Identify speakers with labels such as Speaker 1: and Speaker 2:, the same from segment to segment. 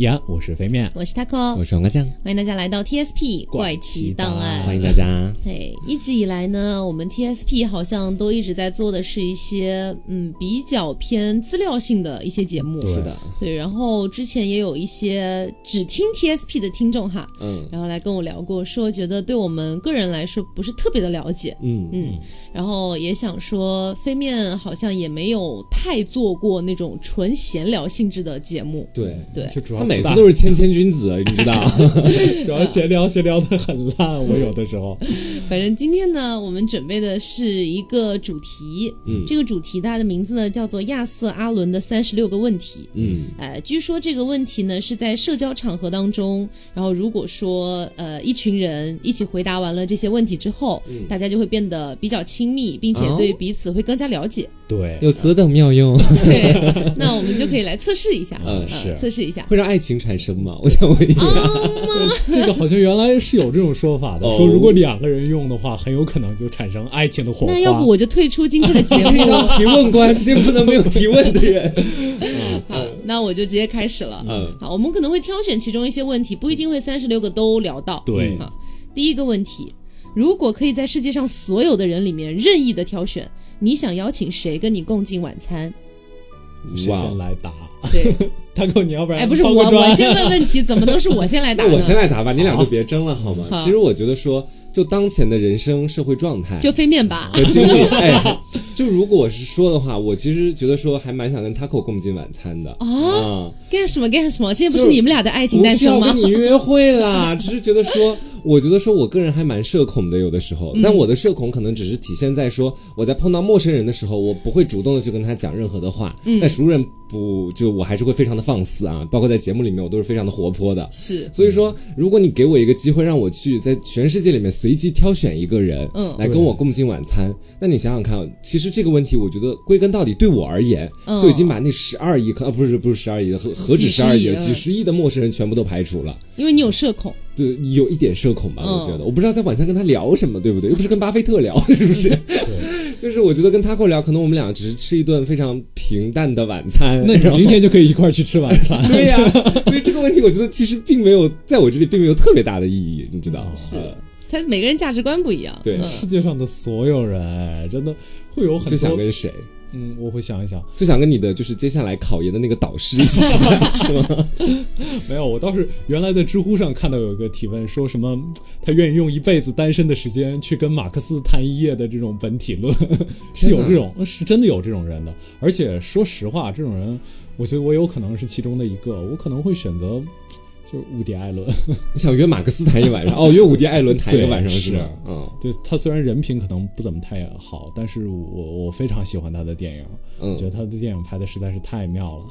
Speaker 1: 呀，我是肥面，
Speaker 2: 我是 Taco，
Speaker 3: 我是黄瓜酱，
Speaker 2: 欢迎大家来到 TSP 怪奇档案。
Speaker 3: 欢迎大家。
Speaker 2: 对，一直以来呢，我们 TSP 好像都一直在做的是一些嗯比较偏资料性的一些节目。
Speaker 1: 对
Speaker 3: 是的，
Speaker 2: 对，然后之前也有一些只听 TSP 的听众哈，
Speaker 3: 嗯
Speaker 2: 然后来跟我聊过，说觉得对我们个人来说不是特别的了解，
Speaker 3: 嗯，
Speaker 2: 嗯，然后也想说飞面好像也没有太做过那种纯闲聊性质的节目，
Speaker 3: 对，
Speaker 2: 对，
Speaker 1: 就主要
Speaker 3: 他每
Speaker 1: 不
Speaker 3: 次
Speaker 1: 大
Speaker 3: 都是谦谦君子，啊你知道？
Speaker 1: 主要闲聊闲聊的很烂，我有的时 候
Speaker 2: 反正今天呢，我们准备的是一个主题，
Speaker 3: 嗯
Speaker 2: 这个主题它的名字呢叫做亚瑟阿伦的三十六个问题。
Speaker 3: 嗯，
Speaker 2: 呃，据说这个问题呢是在社交场合当中，然后如果说呃一群人一起回答完了这些问题之后，大家就会变得比较亲密，并且
Speaker 3: 嗯哦
Speaker 2: 对彼此会更加了 解。
Speaker 1: 对，
Speaker 3: 有此等妙用，
Speaker 2: 对，那我们就可以来测试一下，
Speaker 3: 嗯
Speaker 2: 呃
Speaker 1: 是
Speaker 2: 测试一下。
Speaker 3: 会让爱情产生吗？我想问一
Speaker 1: 啊
Speaker 3: 下。
Speaker 1: 这个好像原来是有这种说法的，
Speaker 3: 哦
Speaker 1: 说如果两个人用的话，很有可能就产生爱情的火花。
Speaker 2: 那要不我就退出今天的节
Speaker 3: 可以
Speaker 2: 目，
Speaker 3: 当提问官，今天不能没有提问的人。
Speaker 2: 好，嗯那我就直接开始了。
Speaker 3: 嗯
Speaker 2: 啊好，我们可能会挑选其中一些问题，不一定会三十六个都聊到。
Speaker 1: 对
Speaker 2: 啊，第一个问题，如果可以在世界上所有的人里面任意的挑选，你想邀请谁跟你共进晚餐？
Speaker 1: 谁
Speaker 3: 哇哦
Speaker 1: 先，来 答？
Speaker 2: 对，
Speaker 1: 大哥，你要不然
Speaker 2: 哎，不是
Speaker 1: 帮
Speaker 2: 我，
Speaker 1: 抓
Speaker 2: 我先问问题，怎么都是我先 来答
Speaker 3: 那
Speaker 2: 呢？
Speaker 3: 我先来答吧，你俩就别争了好吗？
Speaker 2: 好
Speaker 3: 其实我觉得说，就当前的人生社会状态
Speaker 2: 就飞面吧。
Speaker 3: 和经历，哎，就如果是说的话，我其实觉得说还蛮想跟 Taco 共进晚餐的
Speaker 2: 哦
Speaker 3: 啊。
Speaker 2: 干什么干什么？现在不
Speaker 3: 就是
Speaker 2: 你们俩的爱情
Speaker 3: 不
Speaker 2: 诞
Speaker 3: 是
Speaker 2: 生
Speaker 3: 要
Speaker 2: 吗
Speaker 3: 跟？你约会啦， 只是觉得说，我觉得说我个人还蛮社恐的，有的时候，
Speaker 2: 嗯
Speaker 3: 但我的社恐可能只是体现在说，我在碰到陌生人的时候，我不会主动的去跟他讲任何的话，
Speaker 2: 嗯
Speaker 3: 但熟人不就我还是会非常的放肆啊，包括在节目里面我都是非常的活泼的。
Speaker 2: 是，
Speaker 3: 所以说，如果你给我一个机会，让我去在全世界里面随机挑选一个人，
Speaker 2: 嗯
Speaker 3: 来跟我共进晚餐，那你想想看，其实这个问题，我觉得归根到底对我而言，
Speaker 2: 嗯
Speaker 3: 就已经把那十二亿，可啊不是不是十二亿，何何
Speaker 2: 几
Speaker 3: 止
Speaker 2: 十
Speaker 3: 十二亿
Speaker 2: 亿
Speaker 3: 了，
Speaker 2: 嗯
Speaker 3: 几十亿的陌生人全部都排除了，
Speaker 2: 因为你有社恐，
Speaker 3: 就有一点社恐吧，
Speaker 2: 嗯
Speaker 3: 我觉得，我不知道在晚餐跟他聊什么，对不对？又不是跟巴菲特聊，是不是？对， 就是我觉得跟 Taco 聊，可能我们俩只是吃一顿非常平淡的晚餐，
Speaker 1: 那你明天就可以一块儿去吃晚餐。
Speaker 3: 对呀、所以这个问题我觉得其实并没有在我这里并没有特别大的意义，你知道吗？
Speaker 2: 是
Speaker 3: 呃
Speaker 2: 他每个人价值观不一样。
Speaker 3: 对
Speaker 2: 嗯
Speaker 1: 世界上的所有人真的会有很
Speaker 3: 最想
Speaker 1: 多，
Speaker 3: 跟谁？
Speaker 1: 嗯，我会想一想，
Speaker 3: 最想跟你的就是接下来考研的那个导师一起 吃 饭，是吗？
Speaker 1: 没有，我倒是原来在知乎上看到有一个提问，说什么他愿意用一辈子单身的时间去跟马克思谈一夜的这种本体论， 是有这种，是真的有这种人的。而且说实话，这种人，我觉得我有可能是其中的一个，我可能会选择就是伍迪·艾伦。
Speaker 3: 你想约马克思谈一晚上？哦，约伍迪·艾伦谈一个晚上
Speaker 1: 对
Speaker 3: 是吧？嗯
Speaker 1: 对他虽然人品可能不怎么太好，但是我我非常喜欢他的电影，我觉得
Speaker 3: 嗯，
Speaker 1: 他的电影拍的实在是太妙了。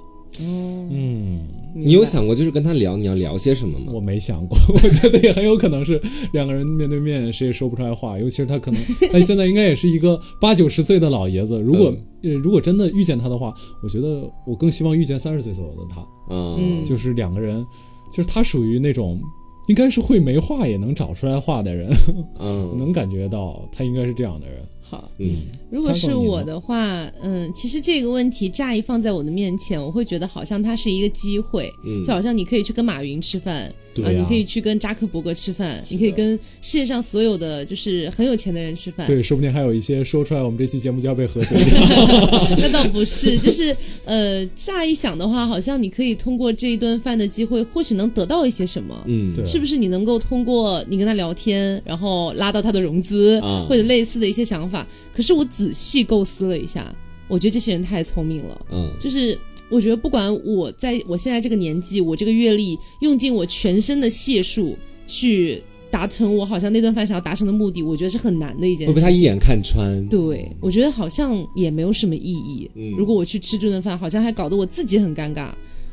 Speaker 1: 嗯，
Speaker 3: 你有想过就是跟他聊你要聊些什么吗？
Speaker 1: 我没想过， 我觉得也很有可能是两个人面对面，谁也说不出来话。尤其是他可 能，他现在应该也是一个八九十岁的老爷子。如果、呃如果真的遇见他的话，我觉得我更希望遇见三十岁左右的他，
Speaker 3: 嗯，
Speaker 1: 就是两个人，就是他属于那种。应该是会没话也能找出来话的人，
Speaker 3: 嗯
Speaker 1: 能感觉到他应该是这样的人。
Speaker 2: 好，
Speaker 3: 嗯
Speaker 2: 如果是
Speaker 1: Taco，你呢
Speaker 2: 我的话，嗯，其实这个问题乍一放在我的面前，我会觉得好像它是一个机会，
Speaker 3: 嗯
Speaker 2: 就好像你可以去跟马云吃饭，
Speaker 1: 对
Speaker 2: 啊，
Speaker 1: 呀
Speaker 2: 你可以去跟扎克伯格吃饭，你可以跟世界上所有的就是很有钱的人吃饭。
Speaker 1: 对，说不定还有一些说出来，我们这期节目就要被和谐
Speaker 2: 那倒不是， 就是呃，乍一想的话，好像你可以通过这一顿饭的机会，或许能得到一些什么。
Speaker 3: 嗯，
Speaker 1: 对啊
Speaker 2: 是不是你能够通过你跟他聊天，然后拉到他的融资、
Speaker 3: 啊
Speaker 2: 或者类似的一些想法？可是我仔细构思了一下，我觉得这些人太聪明了。
Speaker 3: 嗯
Speaker 2: 就是我觉得不管我在我现在这个年纪，我这个阅历，用尽我全身的解数去达成我好像那顿饭想要达成的目的，我觉得是很难的一件
Speaker 3: 会被
Speaker 2: 事
Speaker 3: 他
Speaker 2: 情。
Speaker 3: 一眼看穿。
Speaker 2: 对，我觉得好像也没有什么意义。
Speaker 3: 嗯
Speaker 2: 如果我去吃这顿饭，好像还搞得我自己很尴尬。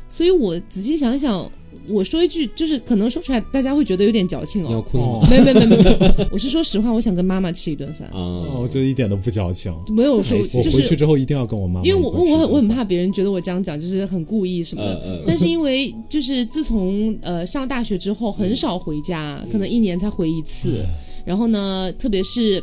Speaker 2: 所以我仔细想想，我说一句，就是可能说出来大家会觉得有点矫情
Speaker 3: 你要
Speaker 2: 哦。
Speaker 3: 哭了吗？
Speaker 2: 没有没有没有没有，我是说实话，我想跟妈妈吃一顿饭，
Speaker 1: 哦，
Speaker 3: 啊
Speaker 1: 我，觉得一点都不矫情。
Speaker 2: 没有说
Speaker 3: 还
Speaker 1: 我
Speaker 2: 就
Speaker 1: 回去
Speaker 2: 是
Speaker 1: 之后一定要跟我妈妈一
Speaker 2: 因为
Speaker 1: 块吃
Speaker 2: 我
Speaker 1: 饭。
Speaker 2: 我我很我很怕别人觉得我这样讲就是很故意什么的。
Speaker 3: 呃呃，
Speaker 2: 但是因为就是自从呃上大学之后，
Speaker 3: 嗯
Speaker 2: 很少回家，可能一年才回一次。然后呢，特别是。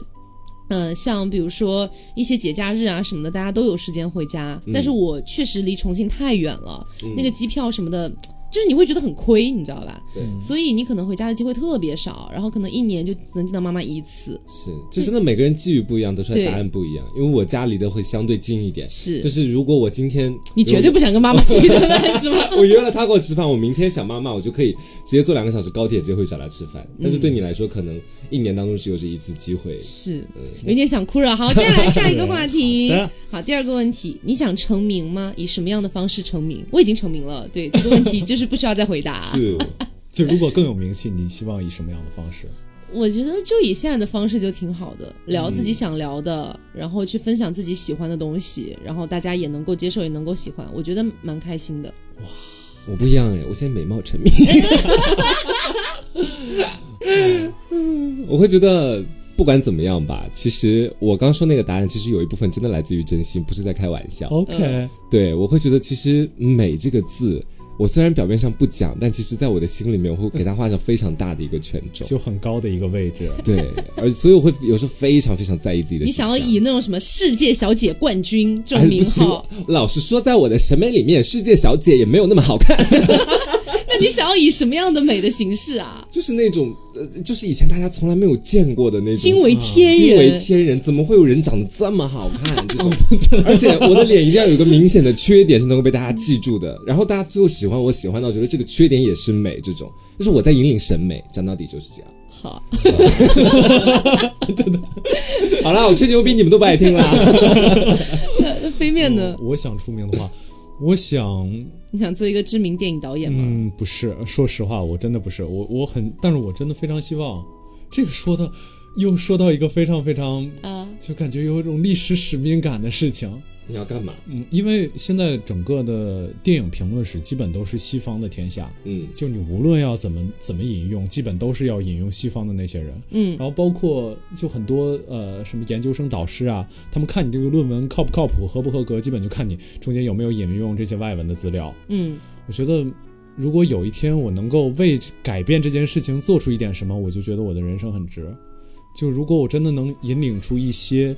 Speaker 2: 呃，像比如说一些节假日啊什么
Speaker 3: 嗯
Speaker 2: 的，大家都有时间回家，但是我确实离重庆太远了，那个机票什么的，就是你会觉得很亏，你知道吧？
Speaker 3: 对，嗯
Speaker 2: 所以你可能回家的机会特别少，然后可能一年就能见到妈妈一次。
Speaker 3: 是，就真的每个人际遇不一样，得出来答案不一样。因为我家离得会相对近一点，
Speaker 2: 是
Speaker 3: 就是如果我今天
Speaker 2: 你绝对不想跟妈妈去的， 是吗？
Speaker 3: 我约了他给我吃饭，我明天想妈妈，我就可以直接坐两个小时高铁直接回去找他吃饭。但是对你来说，可能一年当中只有这一次机会。
Speaker 2: 嗯是，
Speaker 3: 嗯
Speaker 2: 有点想哭了。好，接下来下一个话题
Speaker 1: 好的。
Speaker 2: 好，第二个问题，你想成名吗？以什么样的方式成名？我已经成名了，对这个问题就是不需要再回答。
Speaker 3: 是，
Speaker 1: 就如果更有名气，你希望以什么样的方式？
Speaker 2: 我觉得就以现在的方式就挺好的，聊自己想聊的，然后去分享自己喜欢的东西，然后大家也能够接受，也能够喜欢，我觉得蛮开心的。
Speaker 3: 我不一样哎，我现在美貌成名。 我会觉得不管怎么样吧，其实我刚说那个答案，其实有一部分真的来自于真心，不是在开玩笑。
Speaker 2: 哦
Speaker 1: OK，
Speaker 3: 对，我会觉得其实“美”这个字，我虽然表面上不讲，但其实在我的心里面，我会给它画上非常大的一个权重。
Speaker 1: 就很高的一个位置。
Speaker 3: 对，而所以我会有时候非常非常在意自己的
Speaker 2: 你
Speaker 3: 形
Speaker 2: 想
Speaker 3: 象。
Speaker 2: 要以那种什么世界小姐冠军这
Speaker 3: 哎
Speaker 2: 种
Speaker 3: 不
Speaker 2: 名
Speaker 3: 行
Speaker 2: 号，
Speaker 3: 老实说，在我的审美里面，世界小姐也没有那么好看，
Speaker 2: 那你想要以什么样的美的形式啊？
Speaker 3: 就是那种，呃，就是以前大家从来没有见过的那种啊
Speaker 2: 惊为天人，
Speaker 3: 嗯惊为天人，怎么会有人长得这么好 看？这种，而且我的脸一定要有一个明显的缺点是能够被大家记住的，然后大家最后喜欢我，喜欢到觉得这个缺点也是美，这种，就是我在引领审美，讲到底就是这样。
Speaker 2: 好，
Speaker 3: 好啦，我吹牛逼你们都不爱听啦。
Speaker 2: 那飞面呢？
Speaker 3: 嗯
Speaker 1: 我想出名的话， 我想
Speaker 2: 你想做一个知名电影导演吗？
Speaker 1: 嗯，不是，说实话，我真的不是，我我很，但是我真的非常希望，这个说的又说到一个非常非常，
Speaker 2: 啊，
Speaker 1: 就感觉有一种历史使命感的事情。
Speaker 3: 你要干嘛？
Speaker 1: 嗯，因为现在整个的电影评论史基本都是西方的天下，
Speaker 3: 嗯，
Speaker 1: 就你无论要怎么怎么引用，基本都是要引用西方的那些人。
Speaker 2: 嗯
Speaker 1: 然后包括就很多呃什么研究生导师啊，他们看你这个论文靠不靠谱、合不合格，基本就看你中间有没有引用这些外文的资料。
Speaker 2: 嗯，
Speaker 1: 我觉得，如果有一天我能够为改变这件事情做出一点什么，我就觉得我的人生很值。就如果我真的能引领出一些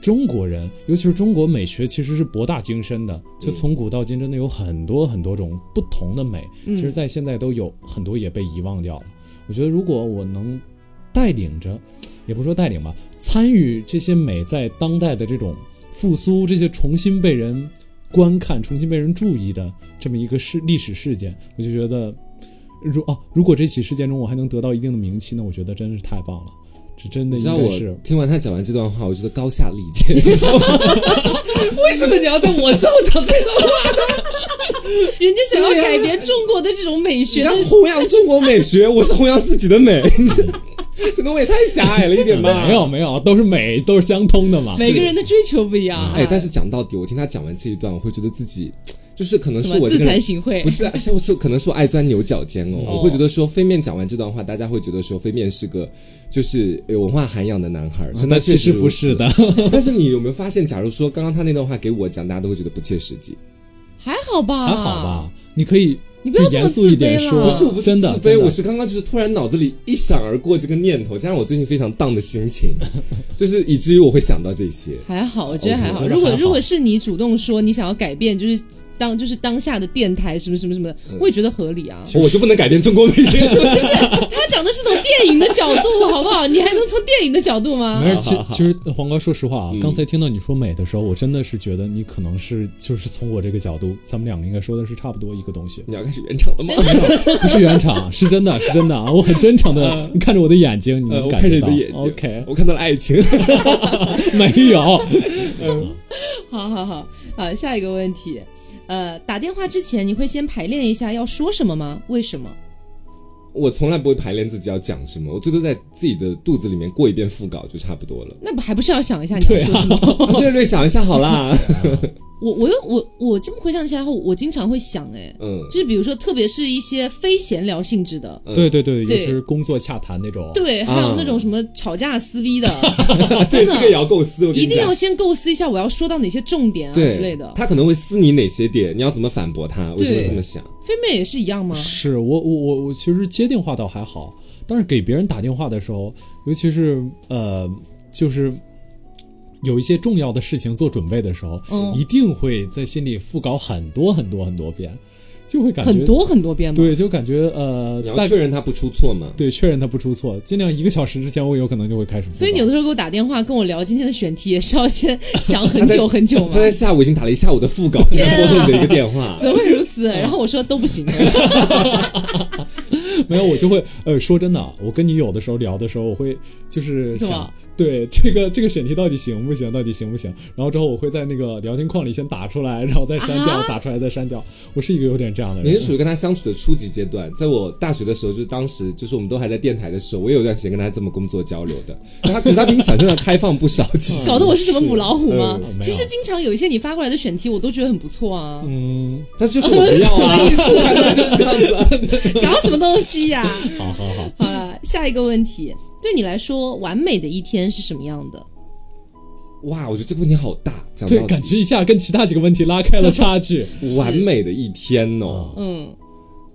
Speaker 1: 中国人，尤其是中国美学其实是博大精深的，就从古到今真的有很多很多种不同的美，
Speaker 2: 嗯
Speaker 1: 其实在现在都有很多也被遗忘掉了。我觉得如果我能带领着，也不说带领吧，参与这些美在当代的这种复苏，这些重新被人观看、重新被人注意的这么一个事历史事件，我就觉得，如哦、如果这起事件中我还能得到一定的名气，那我觉得真是太棒了。这真的
Speaker 3: 你
Speaker 1: 应
Speaker 3: 知道
Speaker 1: 该
Speaker 3: 我
Speaker 1: 是
Speaker 3: 听完他讲完这段话，我觉得高下立见， 你知道吗？为什么你要在我这讲这个？
Speaker 2: 人家想要改变中国的这种美
Speaker 3: 你
Speaker 2: 学
Speaker 3: 要
Speaker 2: 的
Speaker 3: 弘扬中国美学，我是弘扬自己的美， 这东西也太狭隘了一点吧？
Speaker 1: 没有。没有，都是美，都是相通的嘛。
Speaker 2: 每个人的追求不一样啊。
Speaker 3: 哎，但是讲到底，我听他讲完这一段，我会觉得自己就是可能
Speaker 2: 什
Speaker 3: 是
Speaker 2: 么
Speaker 3: 我这
Speaker 2: 自
Speaker 3: 个
Speaker 2: 惭
Speaker 3: 人。
Speaker 2: 形秽
Speaker 3: 不？是啊，是我是可能是我爱钻牛角尖哦。我会觉得说，飞面讲完这段话，大家会觉得说，飞面是个就是有文化涵养的男孩儿。
Speaker 1: 啊那
Speaker 3: 那
Speaker 1: 其实不是的，
Speaker 3: 但是你有没有发现，假如说刚刚他那段话给我讲，大家都会觉得不切实际。
Speaker 2: 还好吧，
Speaker 1: 还好。吧？你可以
Speaker 2: 你不
Speaker 1: 就
Speaker 2: 要这么
Speaker 1: 严肃一点
Speaker 2: 自卑
Speaker 1: 说，
Speaker 2: 了
Speaker 3: 不是，我不是
Speaker 1: 真的
Speaker 3: 自卑，
Speaker 1: 真的
Speaker 3: 我是刚刚就是突然脑子里一闪而过这个念头，加上我最近非常荡的 心情，就是以至于我会想到这些。
Speaker 2: 还好，我觉得还好。
Speaker 1: 我觉得
Speaker 2: 如果
Speaker 1: 还好
Speaker 2: 如果是你主动说你想要改变，就是当就是当下的电台什么什么什么的，我也觉得合理啊。
Speaker 3: 我就不能改变中国美 学，是不
Speaker 2: 不
Speaker 3: 是？
Speaker 2: 是，他讲的是从电影的角度，好不好？你还能从电影的角度 吗？
Speaker 1: 没事，其
Speaker 3: 好好
Speaker 1: 其实黄瓜，说实话啊，
Speaker 3: 嗯，
Speaker 1: 刚才听到你说美的时候，我真的是觉得你可能是就是从我这个角度，咱们两个应该说的是差不多一个东西
Speaker 3: 你要开始圆场了吗？呃
Speaker 1: 不是圆场，是真的，是真的 啊！我很真诚 的，你看着我的眼睛，你
Speaker 3: 呃，
Speaker 1: 能
Speaker 3: 嗯我
Speaker 1: 感
Speaker 3: 看着
Speaker 1: 觉
Speaker 3: 你
Speaker 1: 到
Speaker 3: 的眼睛
Speaker 1: OK，
Speaker 3: 我看到了爱情。
Speaker 1: 没有，
Speaker 2: 好好好，好，下一个问题，呃，打电话之前你会先排练一下要说什么吗？为什么？。
Speaker 3: 我从来不会排练自己要讲什么，我最多在自己的肚子里面过一遍副稿就差不多了
Speaker 2: 那不还不是要想一下你要说什么？
Speaker 3: 略略想一下 好啦，
Speaker 2: 我我又我我这么回想起来后，我经常会想，哎，
Speaker 3: 嗯，
Speaker 2: 就是比如说，特别是一些非闲聊性质的。
Speaker 3: 嗯
Speaker 1: 对对对，尤
Speaker 2: 对
Speaker 1: 其是工作洽谈那种，
Speaker 2: 对，还有那种什么吵架撕逼的，真
Speaker 3: 啊 对这个也
Speaker 2: 的
Speaker 3: 要构思，我跟
Speaker 2: 一
Speaker 3: 你
Speaker 2: 定
Speaker 3: 讲
Speaker 2: 要先构思一下我要说到哪些重点啊
Speaker 3: 对
Speaker 2: 之类的。
Speaker 3: 他可能会撕你哪些点，你要怎么反驳他？为什么
Speaker 2: 对
Speaker 3: 这么想？
Speaker 2: 飞妹也是一样吗？
Speaker 1: 是我我我我其实接电话倒还好，但是给别人打电话的时候，尤其是呃，就是有一些重要的事情做准备的时候，
Speaker 2: 嗯
Speaker 1: 一定会在心里复稿很多很多很多遍。就会感觉
Speaker 2: 很多很多遍吗？
Speaker 1: 对，就感觉呃，
Speaker 3: 你要
Speaker 1: 大
Speaker 3: 确认他不出错嘛？
Speaker 1: 对确认他不出错，尽量一个小时之前我有可能就会开始复盘。
Speaker 2: 所以你有的时候给我打电话跟我聊今天的选题，也是要 先想很久很久吗
Speaker 3: 他？在下午已经打了一下午的副稿，
Speaker 2: 啊
Speaker 3: 然后对着一个电话。
Speaker 2: 怎么会如此？
Speaker 3: 嗯
Speaker 2: 然后我说都不 行，
Speaker 1: 没有，我就会呃，说真的啊，我跟你有的时候聊的时候，我会就是
Speaker 2: 是
Speaker 1: 想
Speaker 2: 吧，
Speaker 1: 对这个这个选题到底行不行，到底行不行？然后之后我会在那个聊天框里先打出来，然后再删掉，
Speaker 2: 啊
Speaker 1: 打出来再删掉。我是一个有点这样的
Speaker 3: 你
Speaker 1: 人啊
Speaker 3: 是。属于跟他相处的初级阶段，在我大学的时候，就是当时就是我们都还在电台的时候，我也有一段时间跟他这么工作交流的。但他可是他比你想象的开放不少，其实
Speaker 2: 搞得我是什么母老虎吗
Speaker 1: 是
Speaker 3: 嗯
Speaker 1: 呃没？有
Speaker 2: 其实经常有一些你发过来的选题，我都觉得很不错啊，
Speaker 1: 嗯，
Speaker 3: 但是就是我不 要啊， 就是这样子啊。
Speaker 2: 搞什么东西 呀？
Speaker 1: 好好好，
Speaker 2: 好了，下一个问题，对你来说，完美的一天是什么样的？
Speaker 3: 哇，我觉得这个问题好大，讲
Speaker 1: 对
Speaker 3: 到，
Speaker 1: 感觉一下跟其他几个问题拉开了差 距。
Speaker 3: 完美的一天哦。
Speaker 2: 嗯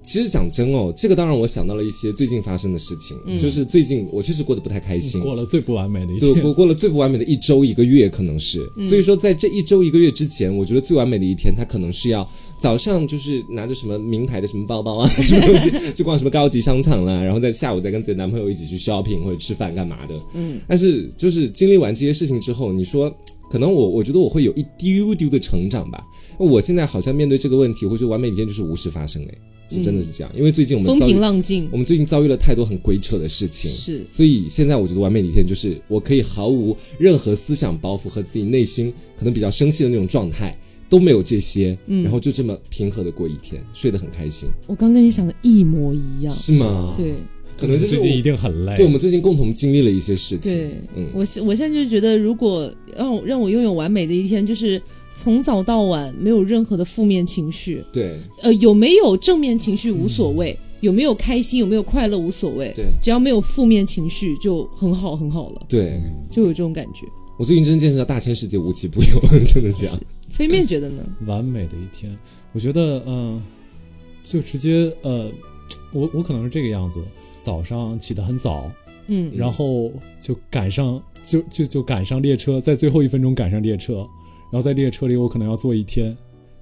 Speaker 3: 其实讲真哦，这个当然我想到了一些最近发生的事情，
Speaker 2: 嗯
Speaker 3: 就是最近我确实过得不太开心。
Speaker 1: 过了最不完美的一
Speaker 3: 就
Speaker 1: 天，
Speaker 3: 我过了最不完美的一周一个月，可能是，
Speaker 2: 嗯
Speaker 3: 所以说在这一周一个月之前，我觉得最完美的一天，它可能是要早上就是拿着什么名牌的什么包包啊，什么东西 去逛什么高级商场啦，然后在下午再跟自己的男朋友一起去 shopping 或者吃饭干嘛的，嗯，但是就是经历完这些事情之后，你说。可能我我觉得我会有一丢丢的成长吧，我现在好像面对这个问题，我觉得完美一天就是无事发生哎，是真的是这样，因为最近我们
Speaker 2: 风
Speaker 3: 遭遇
Speaker 2: 平浪静
Speaker 3: 我们最近遭遇了太多很鬼扯的事情，
Speaker 2: 是
Speaker 3: 所以现在我觉得完美的一天就是我可以毫无任何思想包袱和自己内心可能比较生气的那种状态都没有这些，
Speaker 2: 嗯
Speaker 3: 然后就这么平和的过一天，睡得很开心，
Speaker 2: 我刚跟你想的一模一样，
Speaker 3: 是吗？，
Speaker 2: 对。
Speaker 3: 可能就是
Speaker 1: 最
Speaker 3: 我
Speaker 1: 近一定很累。
Speaker 3: 对我们最近共同经历了一些事情，
Speaker 2: 对，
Speaker 3: 嗯
Speaker 2: 我现我现在就是觉得，如果让我让我拥有完美的一天，就是从早到晚没有任何的负面情绪，
Speaker 3: 对
Speaker 2: 呃，有没有正面情绪无所谓，有没有开心，有没有快乐无所谓，
Speaker 3: 嗯对
Speaker 2: 只要没有负面情绪就很好很好了，
Speaker 3: 对，
Speaker 2: 就有这种感觉。
Speaker 3: 我最近真的见识到大千世界无奇不有， 真的这样，
Speaker 2: 飞面觉得呢？
Speaker 1: 完美的一天，我觉得，嗯、就直接，呃，我我可能是这个样子，早上起得很早，
Speaker 2: 嗯，
Speaker 1: 然后就赶上，就就就赶上列车，在最后一分钟赶上列车，然后在列车里我可能要坐一天，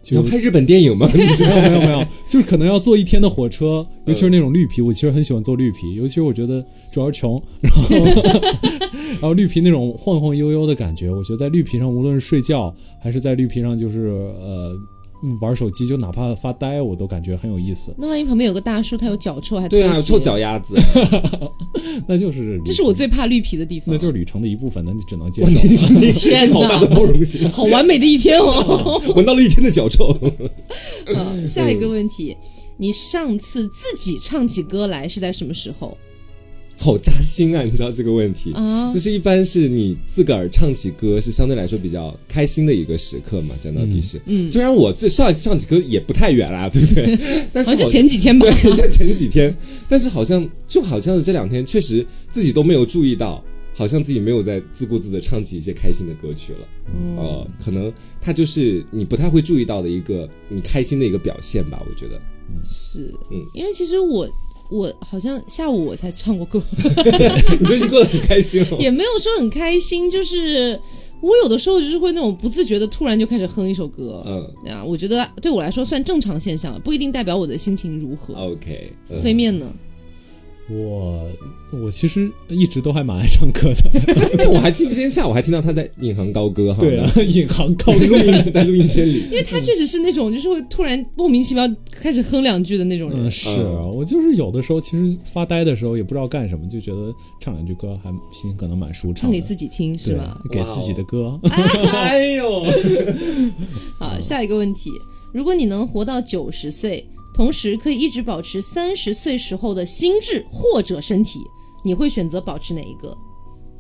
Speaker 3: 你要
Speaker 1: 就
Speaker 3: 拍日本电 影吗？
Speaker 1: 没有没有没有，就是可能要坐一天的火车，
Speaker 2: 嗯
Speaker 1: 尤其是那种绿皮，我其实很喜欢坐绿皮，尤其是我觉得主要是穷，然后然后绿皮那种晃晃悠悠的感觉，我觉得在绿皮上无论是睡觉还是在绿皮上就是呃嗯玩手机，就哪怕发呆，我都感觉很有意思。
Speaker 2: 那万一旁边有个大叔，他有脚臭还
Speaker 3: 对啊，
Speaker 2: 拖鞋
Speaker 3: 臭脚，丫子，
Speaker 1: 那就是旅
Speaker 2: 这是我最怕绿皮的地方。
Speaker 1: 那就是旅程的一部分，那你只能接
Speaker 3: 哇，
Speaker 1: 受
Speaker 3: 你。你
Speaker 2: 天哪
Speaker 3: 好大的包容心，
Speaker 2: 好完美的一天 哦。
Speaker 3: 闻到了一天的脚臭。
Speaker 2: 好，下一个问题，你上次自己唱起歌来是在什么时候
Speaker 3: 好扎心啊！你知道这个问题
Speaker 2: 啊
Speaker 3: 就？是一般是你自个儿唱起歌是相对来说比较开心的一个时刻嘛，讲到底是，嗯，虽然我最上一次唱起歌也不太远啦，对不对？ 但是
Speaker 2: 好像就
Speaker 3: 好
Speaker 2: 前几天吧。
Speaker 3: 对，就前几天， 但是好像就好像是这两天确实自己都没有注意到，好像自己没有在自顾自的唱起一些开心的歌曲了，嗯，呃，可能它就是你不太会注意到的一个你开心的一个表现吧，我觉 得，
Speaker 2: 是，
Speaker 3: 嗯
Speaker 2: 因为其实我我好像下午我才唱过歌，
Speaker 3: 你最近过得很开心哦，
Speaker 2: 也没有说很开心，就是我有的时候就是会那种不自觉的突然就开始哼一首歌，
Speaker 3: 嗯
Speaker 2: 对啊，我觉得对我来说算正常现象，不一定代表我的心情如何。
Speaker 3: ，OK，嗯
Speaker 2: 飞面呢？
Speaker 1: 我我其实一直都还蛮爱唱歌的，
Speaker 3: 他今天我还今天下午还听到他在引吭高歌哈，
Speaker 1: 对啊， 引吭高
Speaker 3: 在录
Speaker 1: 歌。
Speaker 3: 音在录音间里，
Speaker 2: 因为他确实是那种就是会突然莫名其妙开始哼两句的那种人
Speaker 1: 嗯，。是啊，我就是有的时候其实发呆的时候也不知道干什么，就觉得唱两句歌还心可能蛮舒畅
Speaker 2: 唱
Speaker 1: 的，
Speaker 2: 给自己听是哦
Speaker 1: 对
Speaker 2: 吧？
Speaker 1: 就给自己的歌，
Speaker 2: 啊
Speaker 3: 哎呦，
Speaker 2: 好，
Speaker 1: 嗯
Speaker 2: 下一个问题，如果你能活到九十岁，同时可以一直保持三十岁时候的心智或者身体，你会选择保持哪一个？